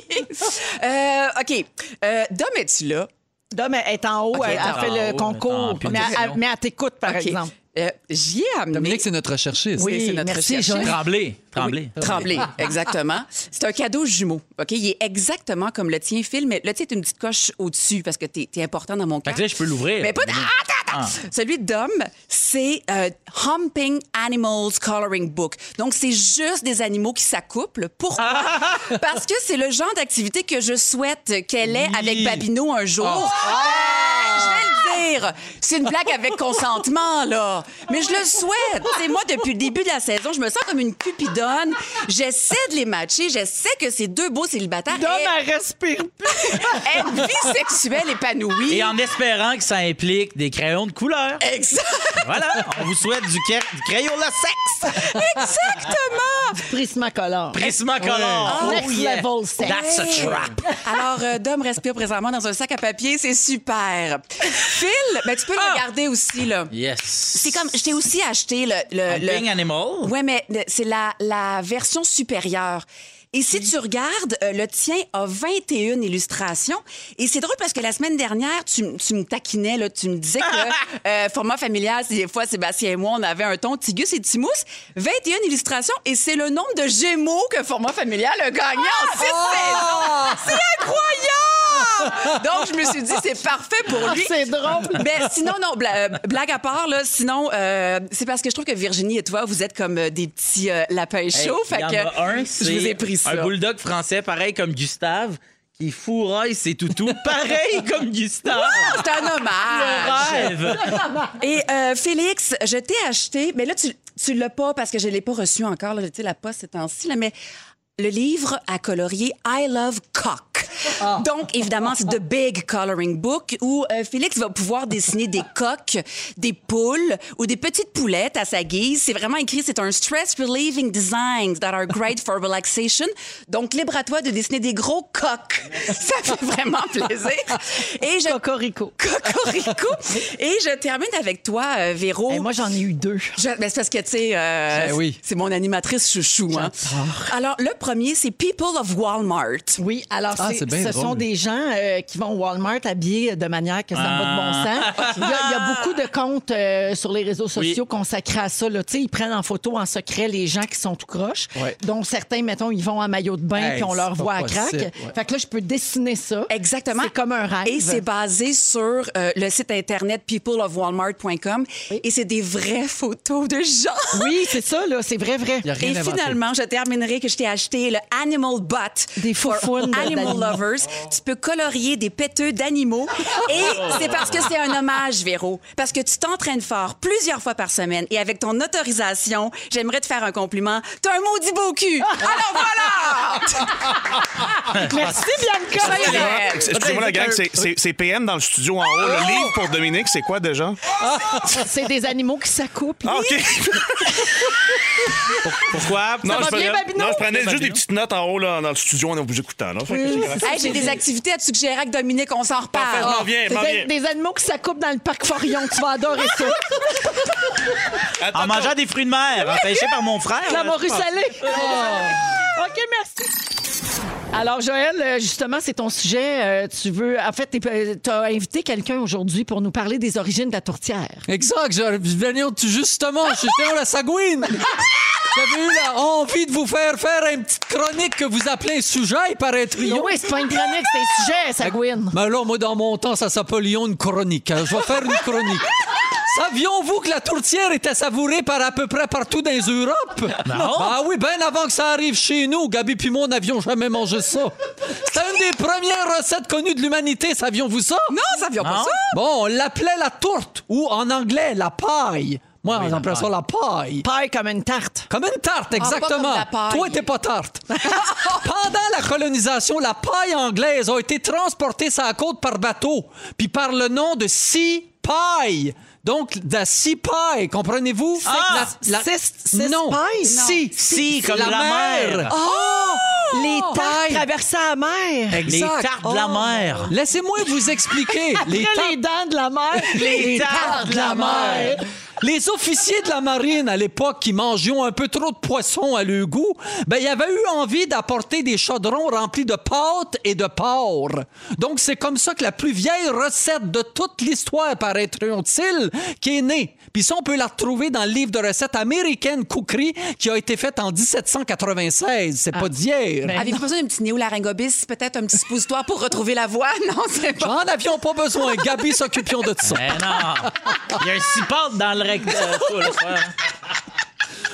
Speaker 3: Euh, OK. Euh, Dom es-tu là
Speaker 5: Dom, elle est en haut,
Speaker 3: Ok,
Speaker 5: elle, elle
Speaker 1: attends,
Speaker 5: fait
Speaker 1: en
Speaker 5: le
Speaker 1: haut,
Speaker 5: concours.
Speaker 1: attends, puis
Speaker 5: mais,
Speaker 1: une
Speaker 5: elle,
Speaker 1: question.
Speaker 5: mais elle t'écoute, par
Speaker 3: OK.
Speaker 5: exemple.
Speaker 3: Euh, J'y ai amené
Speaker 4: Dominique, c'est notre recherchiste.
Speaker 3: Oui, c'est notre
Speaker 5: merci,
Speaker 3: recherchiste.
Speaker 5: Joël.
Speaker 1: Tremblé, tremblé.
Speaker 3: Tremblé, exactement. C'est un cadeau jumeau. OK? Il est exactement comme le tien, Phil, mais le tien est une petite coche au-dessus parce que t'es es important dans mon
Speaker 1: Fait
Speaker 3: cœur.
Speaker 1: que là, je peux l'ouvrir.
Speaker 3: Mais pas. Ah! Attends, attends, attends.
Speaker 1: Ah.
Speaker 3: Celui de Dom, c'est euh, Humping Animals Coloring Book. Donc, c'est juste des animaux qui s'accouplent. Pourquoi?
Speaker 1: <laughs>
Speaker 3: Parce que c'est le genre d'activité que je souhaite qu'elle ait avec Babino un jour.
Speaker 1: Oh.
Speaker 3: Ah, Je vais le dire. C'est une blague avec consentement, là. Mais je le souhaite. C'est moi, depuis le début de la saison, je me sens comme une cupidonne. J'essaie de les matcher. J'essaie que ces deux beaux célibataires
Speaker 5: Dom,
Speaker 3: aient,
Speaker 5: elle respire plus.
Speaker 3: aient une vie sexuelle épanouie.
Speaker 1: Et en espérant que ça implique des crayons de couleur.
Speaker 3: Exact-
Speaker 1: Voilà, on vous souhaite du, cra- du crayon de sexe.
Speaker 3: Exactement!
Speaker 5: Prismacolore.
Speaker 1: Prisma
Speaker 3: Ah,
Speaker 1: color.
Speaker 5: Next level sex.
Speaker 1: Oh, That's a trap.
Speaker 3: Alors, euh, Dom respire présentement dans un sac à papier, c'est super. Phil, ben, tu peux le regarder aussi, là.
Speaker 1: Yes.
Speaker 3: C'est comme, je t'ai aussi acheté le... le, le-
Speaker 1: Humping Animal.
Speaker 3: Ouais, mais le- c'est la, la version supérieure. Et si tu regardes, euh, le tien a 21 illustrations. Et c'est drôle parce que la semaine dernière, tu, m- tu me taquinais, là, tu me disais que euh, format familial, c'est des fois, Sébastien et moi, on avait un ton Tigus et Timous. 21 illustrations et c'est le nombre de Gémeaux que format familial a gagné en six saisons. C'est incroyable! Donc, je me suis dit, c'est parfait pour lui.
Speaker 5: C'est <laughs> drôle.
Speaker 3: Ben, sinon, non, bla- euh, blague à part, là, sinon, euh, c'est parce que je trouve que Virginie et toi, vous êtes comme euh, des petits euh, lapins
Speaker 1: Hey,
Speaker 3: chauds.
Speaker 1: il
Speaker 3: fait
Speaker 1: y en
Speaker 3: que
Speaker 1: a un,
Speaker 3: je vous ai
Speaker 1: c'est
Speaker 3: pris ça.
Speaker 1: Un bulldog français, pareil comme Gustave, qui fourraille ses toutous, pareil comme Gustave.
Speaker 3: C'est un hommage.
Speaker 1: Rêve.
Speaker 3: Et euh, Félix, je t'ai acheté, mais là, tu, tu l'as pas parce que je l'ai pas reçu encore. là, Tu sais, la poste est temps-ci, là, mais le livre à colorier I Love Cock. Donc, évidemment, c'est The Big Coloring Book où euh, Félix va pouvoir dessiner des coques, des poules ou des petites poulettes à sa guise. C'est vraiment écrit, c'est un stress relieving designs that are great for relaxation. Donc, libre à toi de dessiner des gros coques. <laughs> Ça fait vraiment plaisir. Et je
Speaker 5: Cocorico. <laughs>
Speaker 3: Cocorico. Et je termine avec toi, euh, Véro.
Speaker 5: Eh, moi, Eh j'en ai eu deux.
Speaker 3: Je- ben, c'est parce que, tu sais, euh,
Speaker 4: Ben oui.
Speaker 3: c'est mon animatrice chouchou. hein. Alors, le premier, c'est People of Walmart.
Speaker 5: Oui, alors
Speaker 4: Ah, c'est
Speaker 10: bien
Speaker 5: ce
Speaker 10: drôle.
Speaker 5: sont des gens euh, qui vont au Walmart habillés de manière que ça n'a pas de bon sens. Il y, a, il y a beaucoup de comptes euh, sur les réseaux sociaux consacrés à ça. Là. Tu sais, Ils prennent en photo en secret les gens qui sont tout croches,
Speaker 10: Ouais.
Speaker 5: dont certains, mettons, ils vont en maillot de bain
Speaker 10: Hey,
Speaker 5: puis on
Speaker 10: c'est
Speaker 5: leur
Speaker 10: pas
Speaker 5: voit à
Speaker 10: possible,
Speaker 5: craque.
Speaker 10: ouais.
Speaker 5: Fait que là, je peux dessiner ça.
Speaker 3: Exactement.
Speaker 5: C'est comme un rêve.
Speaker 3: Et c'est basé sur euh, le site internet peopleofwalmart.com. Et c'est des vraies photos de gens.
Speaker 5: Oui, c'est ça, là. C'est vrai, vrai.
Speaker 10: Il y a rien
Speaker 3: Et
Speaker 10: inventé.
Speaker 3: finalement, je terminerai que je t'ai acheté le Animal Butt.
Speaker 5: Des
Speaker 3: for
Speaker 5: foufounes de-
Speaker 3: Animal
Speaker 5: d'animaux.
Speaker 3: Lovers.
Speaker 10: Oh.
Speaker 3: Tu peux colorier des péteux d'animaux. Et c'est parce que c'est un hommage, Véro. Parce que tu t'entraînes fort plusieurs fois par semaine. Et avec ton autorisation, j'aimerais te faire un compliment. T'as un maudit beau cul. Alors
Speaker 10: <laughs>
Speaker 3: voilà!
Speaker 5: Merci, Bianca.
Speaker 3: Soyez belle.
Speaker 10: Attends,
Speaker 9: Excusez-moi, la gang, c'est- c'est c'est PM dans le studio en haut. Le livre pour Dominique, c'est quoi déjà?
Speaker 5: C'est des animaux qui s'accouplent.
Speaker 9: Ah, OK.
Speaker 1: Pourquoi?
Speaker 9: non,
Speaker 5: va
Speaker 9: je prenais,
Speaker 5: bien, Babineau?
Speaker 9: non, je prenais juste des
Speaker 1: Babineau?
Speaker 9: petites notes en haut là, dans le studio, on est obligé d'écouter. là. Fait que c'est correct.
Speaker 3: Hey, J'ai des activités à te suggérer avec Dominique. On s'en
Speaker 9: Parfait,
Speaker 3: reparle.
Speaker 9: je m'en viens, je
Speaker 5: C'est
Speaker 9: m'en
Speaker 5: des,
Speaker 9: viens.
Speaker 5: des animaux qui s'accouplent dans le parc Forion. Tu vas adorer ça.
Speaker 1: En
Speaker 9: Attends,
Speaker 1: mangeant des fruits de mer, empêché par mon frère.
Speaker 5: La
Speaker 1: là, je
Speaker 5: morue
Speaker 1: pense.
Speaker 5: salée. OK, merci. Alors, Joël, euh, justement, c'est ton sujet. Euh, tu veux. En fait, tu as invité quelqu'un aujourd'hui pour nous parler des origines de la tourtière.
Speaker 4: Exact, je venais tout justement, j'étais à la Sagouine. J'avais eu la envie de vous faire faire une petite chronique que vous appelez un sujet, il paraît trio.
Speaker 5: Oui, c'est pas une chronique, c'est un sujet, Sagouine.
Speaker 4: Mais là, moi, dans mon temps, ça s'appelle une chronique. hein. Je vais faire une chronique. Savions-vous que la tourtière était savourée par à peu près partout dans l'Europe? Non. Ah oui, ben avant que ça arrive chez nous, Gabi puis moi n'avions jamais mangé ça. C'est une des premières recettes connues de l'humanité, savions-vous ça?
Speaker 3: Non, ça vient pas
Speaker 1: Non?
Speaker 3: ça.
Speaker 4: Bon, on l'appelait la tourte ou en anglais la paille. Moi, on appelait ça la paille.
Speaker 5: Paille comme une tarte.
Speaker 4: Comme une tarte, exactement.
Speaker 3: pas comme la paille.
Speaker 4: Toi, t'es pas tarte. Pendant la colonisation, la paille anglaise a été transportée sur la côte par bateau, puis par le nom de sea pie. Donc, de la sea pie, comprenez-vous?
Speaker 1: Ah!
Speaker 4: La- la-
Speaker 5: Six- six
Speaker 4: non.
Speaker 5: pailles?
Speaker 4: Sea.
Speaker 1: Si, comme la, mer.
Speaker 4: Oh!
Speaker 5: Les tartes
Speaker 4: pailles.
Speaker 5: traversant la mer.
Speaker 1: Les
Speaker 4: Exact.
Speaker 1: tartes de la
Speaker 4: Oh.
Speaker 1: mer.
Speaker 4: Laissez-moi vous expliquer.
Speaker 5: Les, les dents de la mer.
Speaker 4: Les tartes de la mer. Les officiers de la marine à l'époque qui mangeaient un peu trop de poissons à leur goût, ben il y avait eu envie d'apporter des chaudrons remplis de pâtes et de porc. Donc c'est comme ça que la plus vieille recette de toute l'histoire paraîtront-ils qui est née. Puis ça on peut la retrouver dans le livre de recettes américaine Cookery qui a été faite en 1796, c'est pas d'hier.
Speaker 3: Oh. Avez-vous besoin d'un petit néolaryngobis, peut-être un petit suppositoire pour retrouver la voix? <laughs> Non, c'est pas.
Speaker 4: J'en avions pas besoin, Gabi s'occupions de ça.
Speaker 1: Ben non. Il y a un cipote dans le rectum.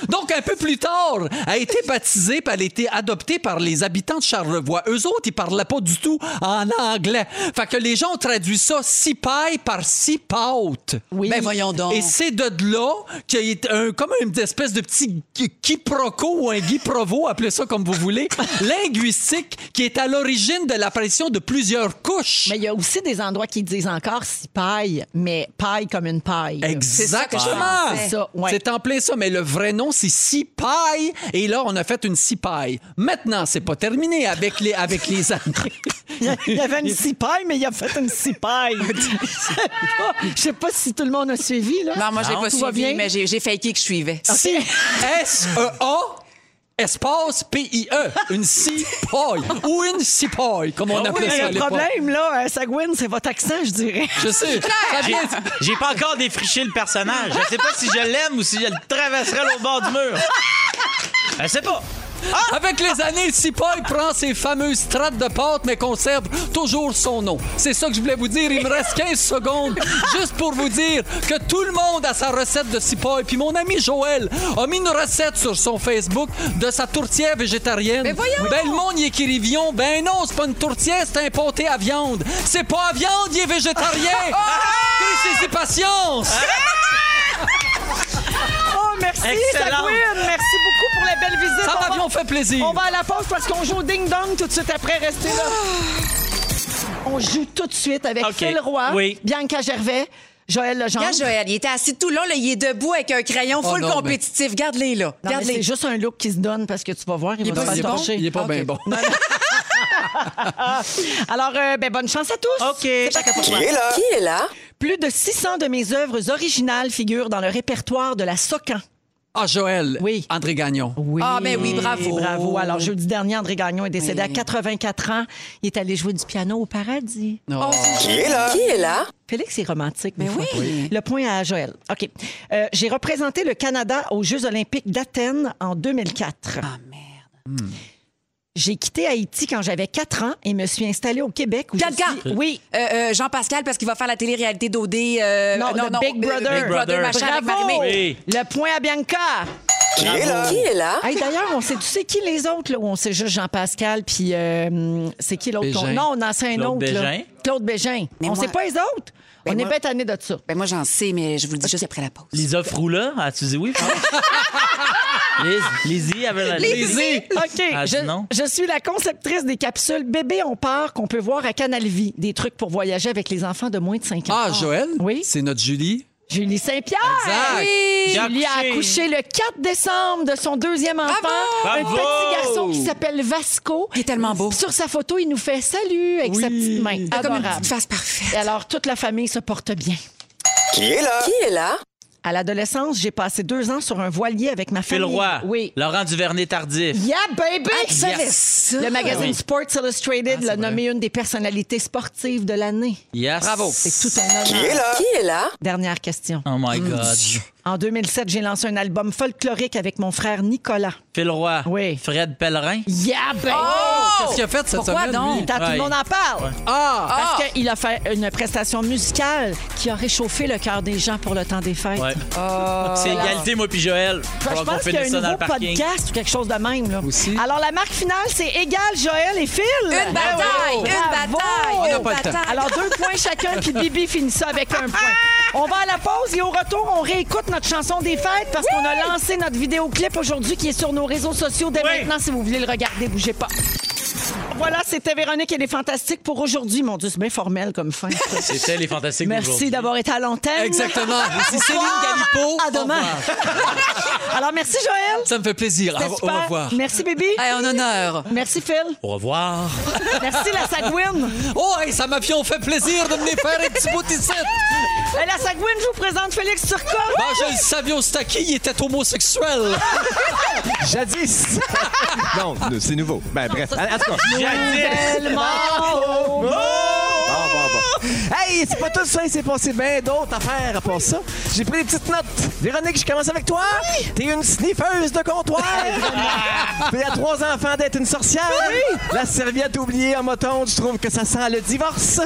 Speaker 4: Donc, un peu plus tard, a été baptisée puis elle a été adoptée par les habitants de Charlevoix. Eux autres, ils parlaient pas du tout en anglais. Fait que les gens ont traduit ça six pailles par six pautes.
Speaker 3: Oui. Ben voyons donc.
Speaker 4: Et c'est de là qu'il y a un- comme une espèce de petit qui- quiproquo ou un guiprovo, appelez ça comme vous <laughs> voulez, linguistique qui est à l'origine de l'apparition de plusieurs couches.
Speaker 5: Mais il y a aussi des endroits qui disent encore si paille, mais paille comme une paille.
Speaker 3: ça que je
Speaker 4: Exactement.
Speaker 3: pensais.
Speaker 4: C'est
Speaker 5: C'est ça, ouais.
Speaker 4: en plein ça, mais le vrai nom, c'est Cipaille. Et là, on a fait une Cipaille. Maintenant, c'est pas terminé avec les,
Speaker 5: <laughs>
Speaker 4: avec les années.
Speaker 5: Il y avait une cipaille, mais il a fait une cipaille. Je sais pas si tout le monde a suivi. Là.
Speaker 3: Non, moi, j'ai pas
Speaker 5: Tout va
Speaker 3: suivi,
Speaker 5: bien?
Speaker 3: mais j'ai j'ai faké que je suivais.
Speaker 4: Si, S-E-A, espace P-I-E.
Speaker 5: <laughs>
Speaker 4: Une Cipaille. Ou une Cipaille, comme on
Speaker 5: Ah Oui,
Speaker 4: appelait
Speaker 5: mais
Speaker 4: ça à
Speaker 5: le
Speaker 4: l'époque.
Speaker 5: problème, là, euh, Sagouine, c'est votre accent, je dirais.
Speaker 4: Je sais. Ça vient-
Speaker 1: J'ai pas encore défriché le personnage. Je sais pas si je l'aime ou si je le traverserai l'autre bord du mur. Je sais pas.
Speaker 4: Avec les années, Cipoy prend ses fameuses strates de pâte, mais conserve toujours son nom. C'est ça que je voulais vous dire. Il me reste 15 secondes juste pour vous dire que tout le monde a sa recette de Cipoy. Puis mon ami Joël a mis une recette sur son Facebook de sa tourtière végétarienne.
Speaker 3: Mais voyons!
Speaker 4: Ben, le monde y est qui rivion. Ben non, c'est pas une tourtière, c'est un pâté à viande. C'est pas à viande, il est végétarien.
Speaker 3: Ah!
Speaker 4: Christ, c'est patience!
Speaker 5: Oh, merci,
Speaker 1: Excellent.
Speaker 5: Sagouine. Merci beaucoup pour la belle visite.
Speaker 4: Ça
Speaker 5: On va-
Speaker 4: m'a bien fait plaisir.
Speaker 5: On va à la pause parce qu'on joue au ding-dong tout de suite après. Restez là. On joue tout de suite avec
Speaker 1: OK.
Speaker 5: Phil Roy,
Speaker 1: Oui.
Speaker 5: Bianca Gervais, Joël Legendre.
Speaker 3: Regarde Joël, il était assis tout long, là, il est debout avec un crayon
Speaker 4: Oh
Speaker 3: full
Speaker 4: non, mais-
Speaker 3: compétitif. Garde-les là.
Speaker 5: Non, mais
Speaker 3: Garde-les.
Speaker 5: c'est juste un look qui se donne parce que tu vas voir, il, va
Speaker 3: pas
Speaker 5: se
Speaker 3: si
Speaker 5: faire
Speaker 3: bon? Ah,
Speaker 5: torcher.
Speaker 4: Il est pas
Speaker 3: Ok.
Speaker 4: bien bon.
Speaker 5: Alors, euh, ben, bonne chance à tous.
Speaker 1: OK.
Speaker 5: C'est pas qu'à pour
Speaker 8: Qui
Speaker 5: toi.
Speaker 8: est là?
Speaker 3: Qui est là?
Speaker 5: Plus de 600 de mes œuvres originales figurent dans le répertoire de la Socan. Ah, Joël.
Speaker 2: Oui.
Speaker 5: André Gagnon.
Speaker 2: Oui.
Speaker 3: Ah, ben oui,
Speaker 5: Eh,
Speaker 3: bravo.
Speaker 2: Bravo. Alors, jeudi dernier, André Gagnon est décédé à 84 ans. Il est allé jouer du piano au paradis.
Speaker 5: Oh.
Speaker 8: Qui est là?
Speaker 3: Qui est là?
Speaker 2: Félix est romantique, mais
Speaker 3: Ben oui.
Speaker 2: Le point à Joël. OK. Euh, J'ai représenté le Canada aux Jeux olympiques d'Athènes en 2004.
Speaker 3: Ah, merde.
Speaker 2: J'ai quitté Haïti quand j'avais 4 ans et me suis installée au Québec. Où je
Speaker 3: Bianca!
Speaker 2: suis- Oui.
Speaker 3: Euh, euh, Jean-Pascal, parce qu'il va faire la télé-réalité d'OD. euh,
Speaker 2: Non, le Big
Speaker 3: euh,
Speaker 2: Brother.
Speaker 3: Big Brother, machin, avec
Speaker 2: Bravo!
Speaker 3: Marie-Mé.
Speaker 1: Oui.
Speaker 2: Le point à Bianca.
Speaker 8: Qui est là?
Speaker 3: Qui est là?
Speaker 2: Hey, D'ailleurs, on sait, tu sais qui les autres, là, ou on sait juste Jean-Pascal, puis euh, c'est qui l'autre? qu'on-
Speaker 5: Bégin.
Speaker 2: Non, on en sait un
Speaker 1: Claude
Speaker 2: autre. là.
Speaker 1: Bégin.
Speaker 2: Claude Bégin.
Speaker 3: Mais
Speaker 2: on
Speaker 3: moi-
Speaker 2: sait pas les autres.
Speaker 3: Mais
Speaker 2: on est
Speaker 3: moi-
Speaker 2: pas étonnés de
Speaker 3: <laughs>
Speaker 2: ça.
Speaker 3: Ben moi, j'en sais, mais je vous le dis juste après la pause.
Speaker 1: Lisa Froula, as-tu dit ah, oui? je pense? Liz, Lizzie avait la
Speaker 2: Lizzy. OK.
Speaker 1: Ah,
Speaker 2: je,
Speaker 1: non.
Speaker 2: je suis la conceptrice des capsules Bébé on part qu'on peut voir à Canal Vie. Des trucs pour voyager avec les enfants de moins de 5 ans.
Speaker 5: Ah, Joël.
Speaker 2: Oui.
Speaker 5: C'est notre Julie.
Speaker 2: Julie Saint-Pierre.
Speaker 5: Exact.
Speaker 1: J'ai
Speaker 2: Julie a
Speaker 1: accouché.
Speaker 2: accouché le 4 décembre de son deuxième enfant, un
Speaker 1: Bravo!
Speaker 2: petit garçon qui s'appelle Vasco.
Speaker 3: Il est tellement beau.
Speaker 2: Sur sa photo, il nous fait salut avec sa petite main.
Speaker 3: Comme une
Speaker 2: Adorable.
Speaker 3: petite face parfaite.
Speaker 2: Et alors, toute la famille se porte bien.
Speaker 8: Qui est là?
Speaker 3: Qui est là?
Speaker 2: À l'adolescence, j'ai passé deux ans sur un voilier avec ma
Speaker 1: Phil
Speaker 2: famille.
Speaker 1: Roy.
Speaker 2: Oui.
Speaker 1: Laurent Duvernay Tardif.
Speaker 2: Yeah, baby!
Speaker 3: Ah, savais ça?
Speaker 2: Le magazine
Speaker 1: Oui. Ah,
Speaker 2: Sports Illustrated l'a nommé une des personnalités sportives de l'année.
Speaker 1: Yes.
Speaker 5: Bravo.
Speaker 2: C'est tout un honneur.
Speaker 8: Qui est là?
Speaker 3: Qui est là?
Speaker 2: Dernière question.
Speaker 1: Oh my God.
Speaker 2: En 2007, j'ai lancé un album folklorique avec mon frère Nicolas.
Speaker 1: Phil Roy.
Speaker 2: Oui.
Speaker 1: Fred Pellerin.
Speaker 2: Yeah, baby! Oh,
Speaker 5: Qu'est-ce qu'il a fait cette
Speaker 3: Pourquoi
Speaker 5: semaine?
Speaker 3: donc?
Speaker 5: lui?
Speaker 2: Tant, Tout le
Speaker 1: Ouais.
Speaker 2: monde en parle!
Speaker 5: Ah!
Speaker 2: Parce qu'il a fait une prestation musicale qui a réchauffé le cœur des gens pour le temps des fêtes.
Speaker 1: Ouais. C'est égalité, moi puis Joël.
Speaker 2: Oh, Je
Speaker 1: Faudra
Speaker 2: pense
Speaker 1: qu'on
Speaker 2: qu'il y a un
Speaker 1: finisse ça dans
Speaker 2: nouveau
Speaker 1: le parking.
Speaker 2: podcast ou quelque chose de même. Là.
Speaker 5: Aussi.
Speaker 2: Alors, la marque finale, c'est égal Joël et Phil. Eh
Speaker 3: Une bataille! Une
Speaker 2: Bravo!
Speaker 3: bataille!
Speaker 5: On n'a
Speaker 3: une
Speaker 5: pas le temps.
Speaker 3: bataille.
Speaker 2: Alors,
Speaker 5: <laughs>
Speaker 2: deux points chacun, puis Bibi finit ça avec un point.
Speaker 5: Ah!
Speaker 2: On va à la pause et au retour, on réécoute notre chanson des fêtes parce qu'on a lancé notre vidéoclip aujourd'hui qui est sur nos réseaux sociaux dès maintenant. Si vous voulez le regarder, bougez pas. Voilà, c'était Véronique et les Fantastiques pour aujourd'hui. Mon Dieu, c'est bien formel comme
Speaker 5: <laughs>
Speaker 2: fin.
Speaker 1: C'était les fantastiques
Speaker 2: Merci
Speaker 1: d'aujourd'hui.
Speaker 2: d'avoir été à l'antenne.
Speaker 5: Exactement. Ici Céline Galipo.
Speaker 2: À demain. <laughs> Alors, merci Joël.
Speaker 5: Ça me fait plaisir.
Speaker 2: C'était
Speaker 5: Au-
Speaker 2: super.
Speaker 5: Au revoir.
Speaker 2: Merci Bibi.
Speaker 3: Hey, on honneur.
Speaker 2: Merci Phil.
Speaker 1: Au revoir.
Speaker 2: Merci la
Speaker 5: <laughs>
Speaker 2: Sagouine.
Speaker 5: Oh, hey, ça m'a fait, on fait plaisir de venir faire un petit bout de site.
Speaker 2: Hey, la Sagouine, je vous présente Félix Turcotte.
Speaker 5: Bah, je le savais, on se taquille, il était homosexuel.
Speaker 4: Jadis! non, c'est nouveau. Ben bref, en tout cas.
Speaker 2: Tellement haut.
Speaker 4: Bon, bon, bon. Hey, c'est pas tout ça, il s'est passé bien d'autres affaires à part ça. J'ai pris des petites notes. Véronique, je commence avec toi. T'es une sniffeuse de comptoir. Tu as trois enfants d'être une sorcière. La serviette oubliée en moton, tu trouves que ça sent le divorce.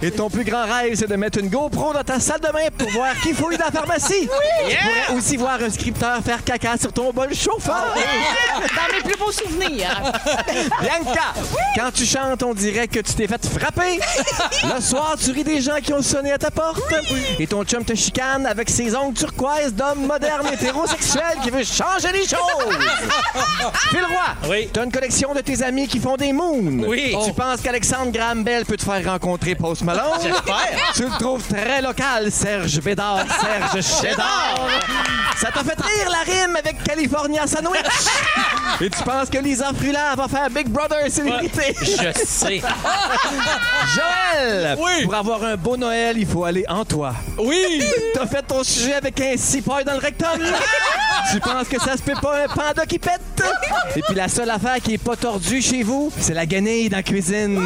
Speaker 4: Et ton plus grand rêve, c'est de mettre une GoPro dans ta salle de bain pour voir qui fouille dans la pharmacie. Tu pourrais aussi voir un scripteur faire caca sur ton bol chauffant.
Speaker 2: Dans mes plus beaux
Speaker 3: <laughs> Oh.
Speaker 2: souvenirs.
Speaker 4: Bianca, quand tu chantes, on dirait que tu t'es fait frapper. Le soir, tu ris des gens qui ont sonné à ta porte. Et ton chum te chicane avec ses ongles turquoises d'homme moderne hétérosexuel qui veut changer les choses. Phil Roy,
Speaker 1: Oui.
Speaker 4: t'as une collection de tes amis qui font des moons.
Speaker 1: Oui.
Speaker 4: Tu
Speaker 1: Oh.
Speaker 4: penses qu'Alexandre Graham Bell peut te faire rencontrer
Speaker 1: <laughs>
Speaker 4: Post Malone? Tu le trouves très local, Serge
Speaker 1: <laughs>
Speaker 4: Bédard, Serge Chédard. Ça t'a fait rire la rime avec
Speaker 1: <laughs>
Speaker 4: California Sandwich. Et tu penses que Lisa Frula va faire Big Brother célébrité?
Speaker 1: Je sais.
Speaker 4: Joël!
Speaker 5: Oui.
Speaker 4: Pour avoir un beau Noël, il faut aller en toi.
Speaker 5: Oui.
Speaker 4: T'as fait ton sujet avec un cipaille dans le rectum.
Speaker 5: <laughs>
Speaker 4: tu penses que ça se peut pas un panda qui pète? Et puis la seule affaire qui est pas tordue chez vous, c'est la guenille dans la cuisine.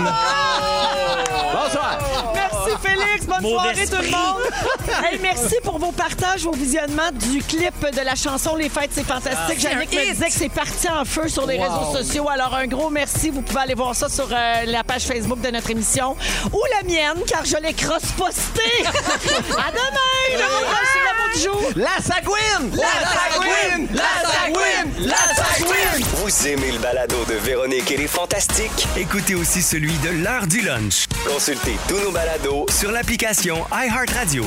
Speaker 4: Bonsoir!
Speaker 2: Merci Félix. Bonne
Speaker 1: Mauvais
Speaker 2: soirée tout le
Speaker 1: esprit.
Speaker 3: <laughs>
Speaker 2: monde. Hey, merci pour vos partages, vos visionnements du clip de la chanson Les Fêtes, c'est fantastique. Jannick
Speaker 3: Ah, C'est un
Speaker 2: me disait que c'est parti en feu sur les réseaux sociaux. Alors un gros merci. Vous pouvez aller voir ça sur euh, la page Facebook de notre émission ou la mienne, car je l'ai cross-posté.
Speaker 3: <laughs>
Speaker 2: à demain. Le mot de- le mot du jour.
Speaker 4: La sagouine! La sagouine! La sagouine! La sagouine!
Speaker 8: Vous aimez le balado de Véronique et les Fantastiques?
Speaker 12: Écoutez aussi celui de l'heure du lunch
Speaker 8: Consultez tous nos balados
Speaker 12: sur l'application iHeartRadio.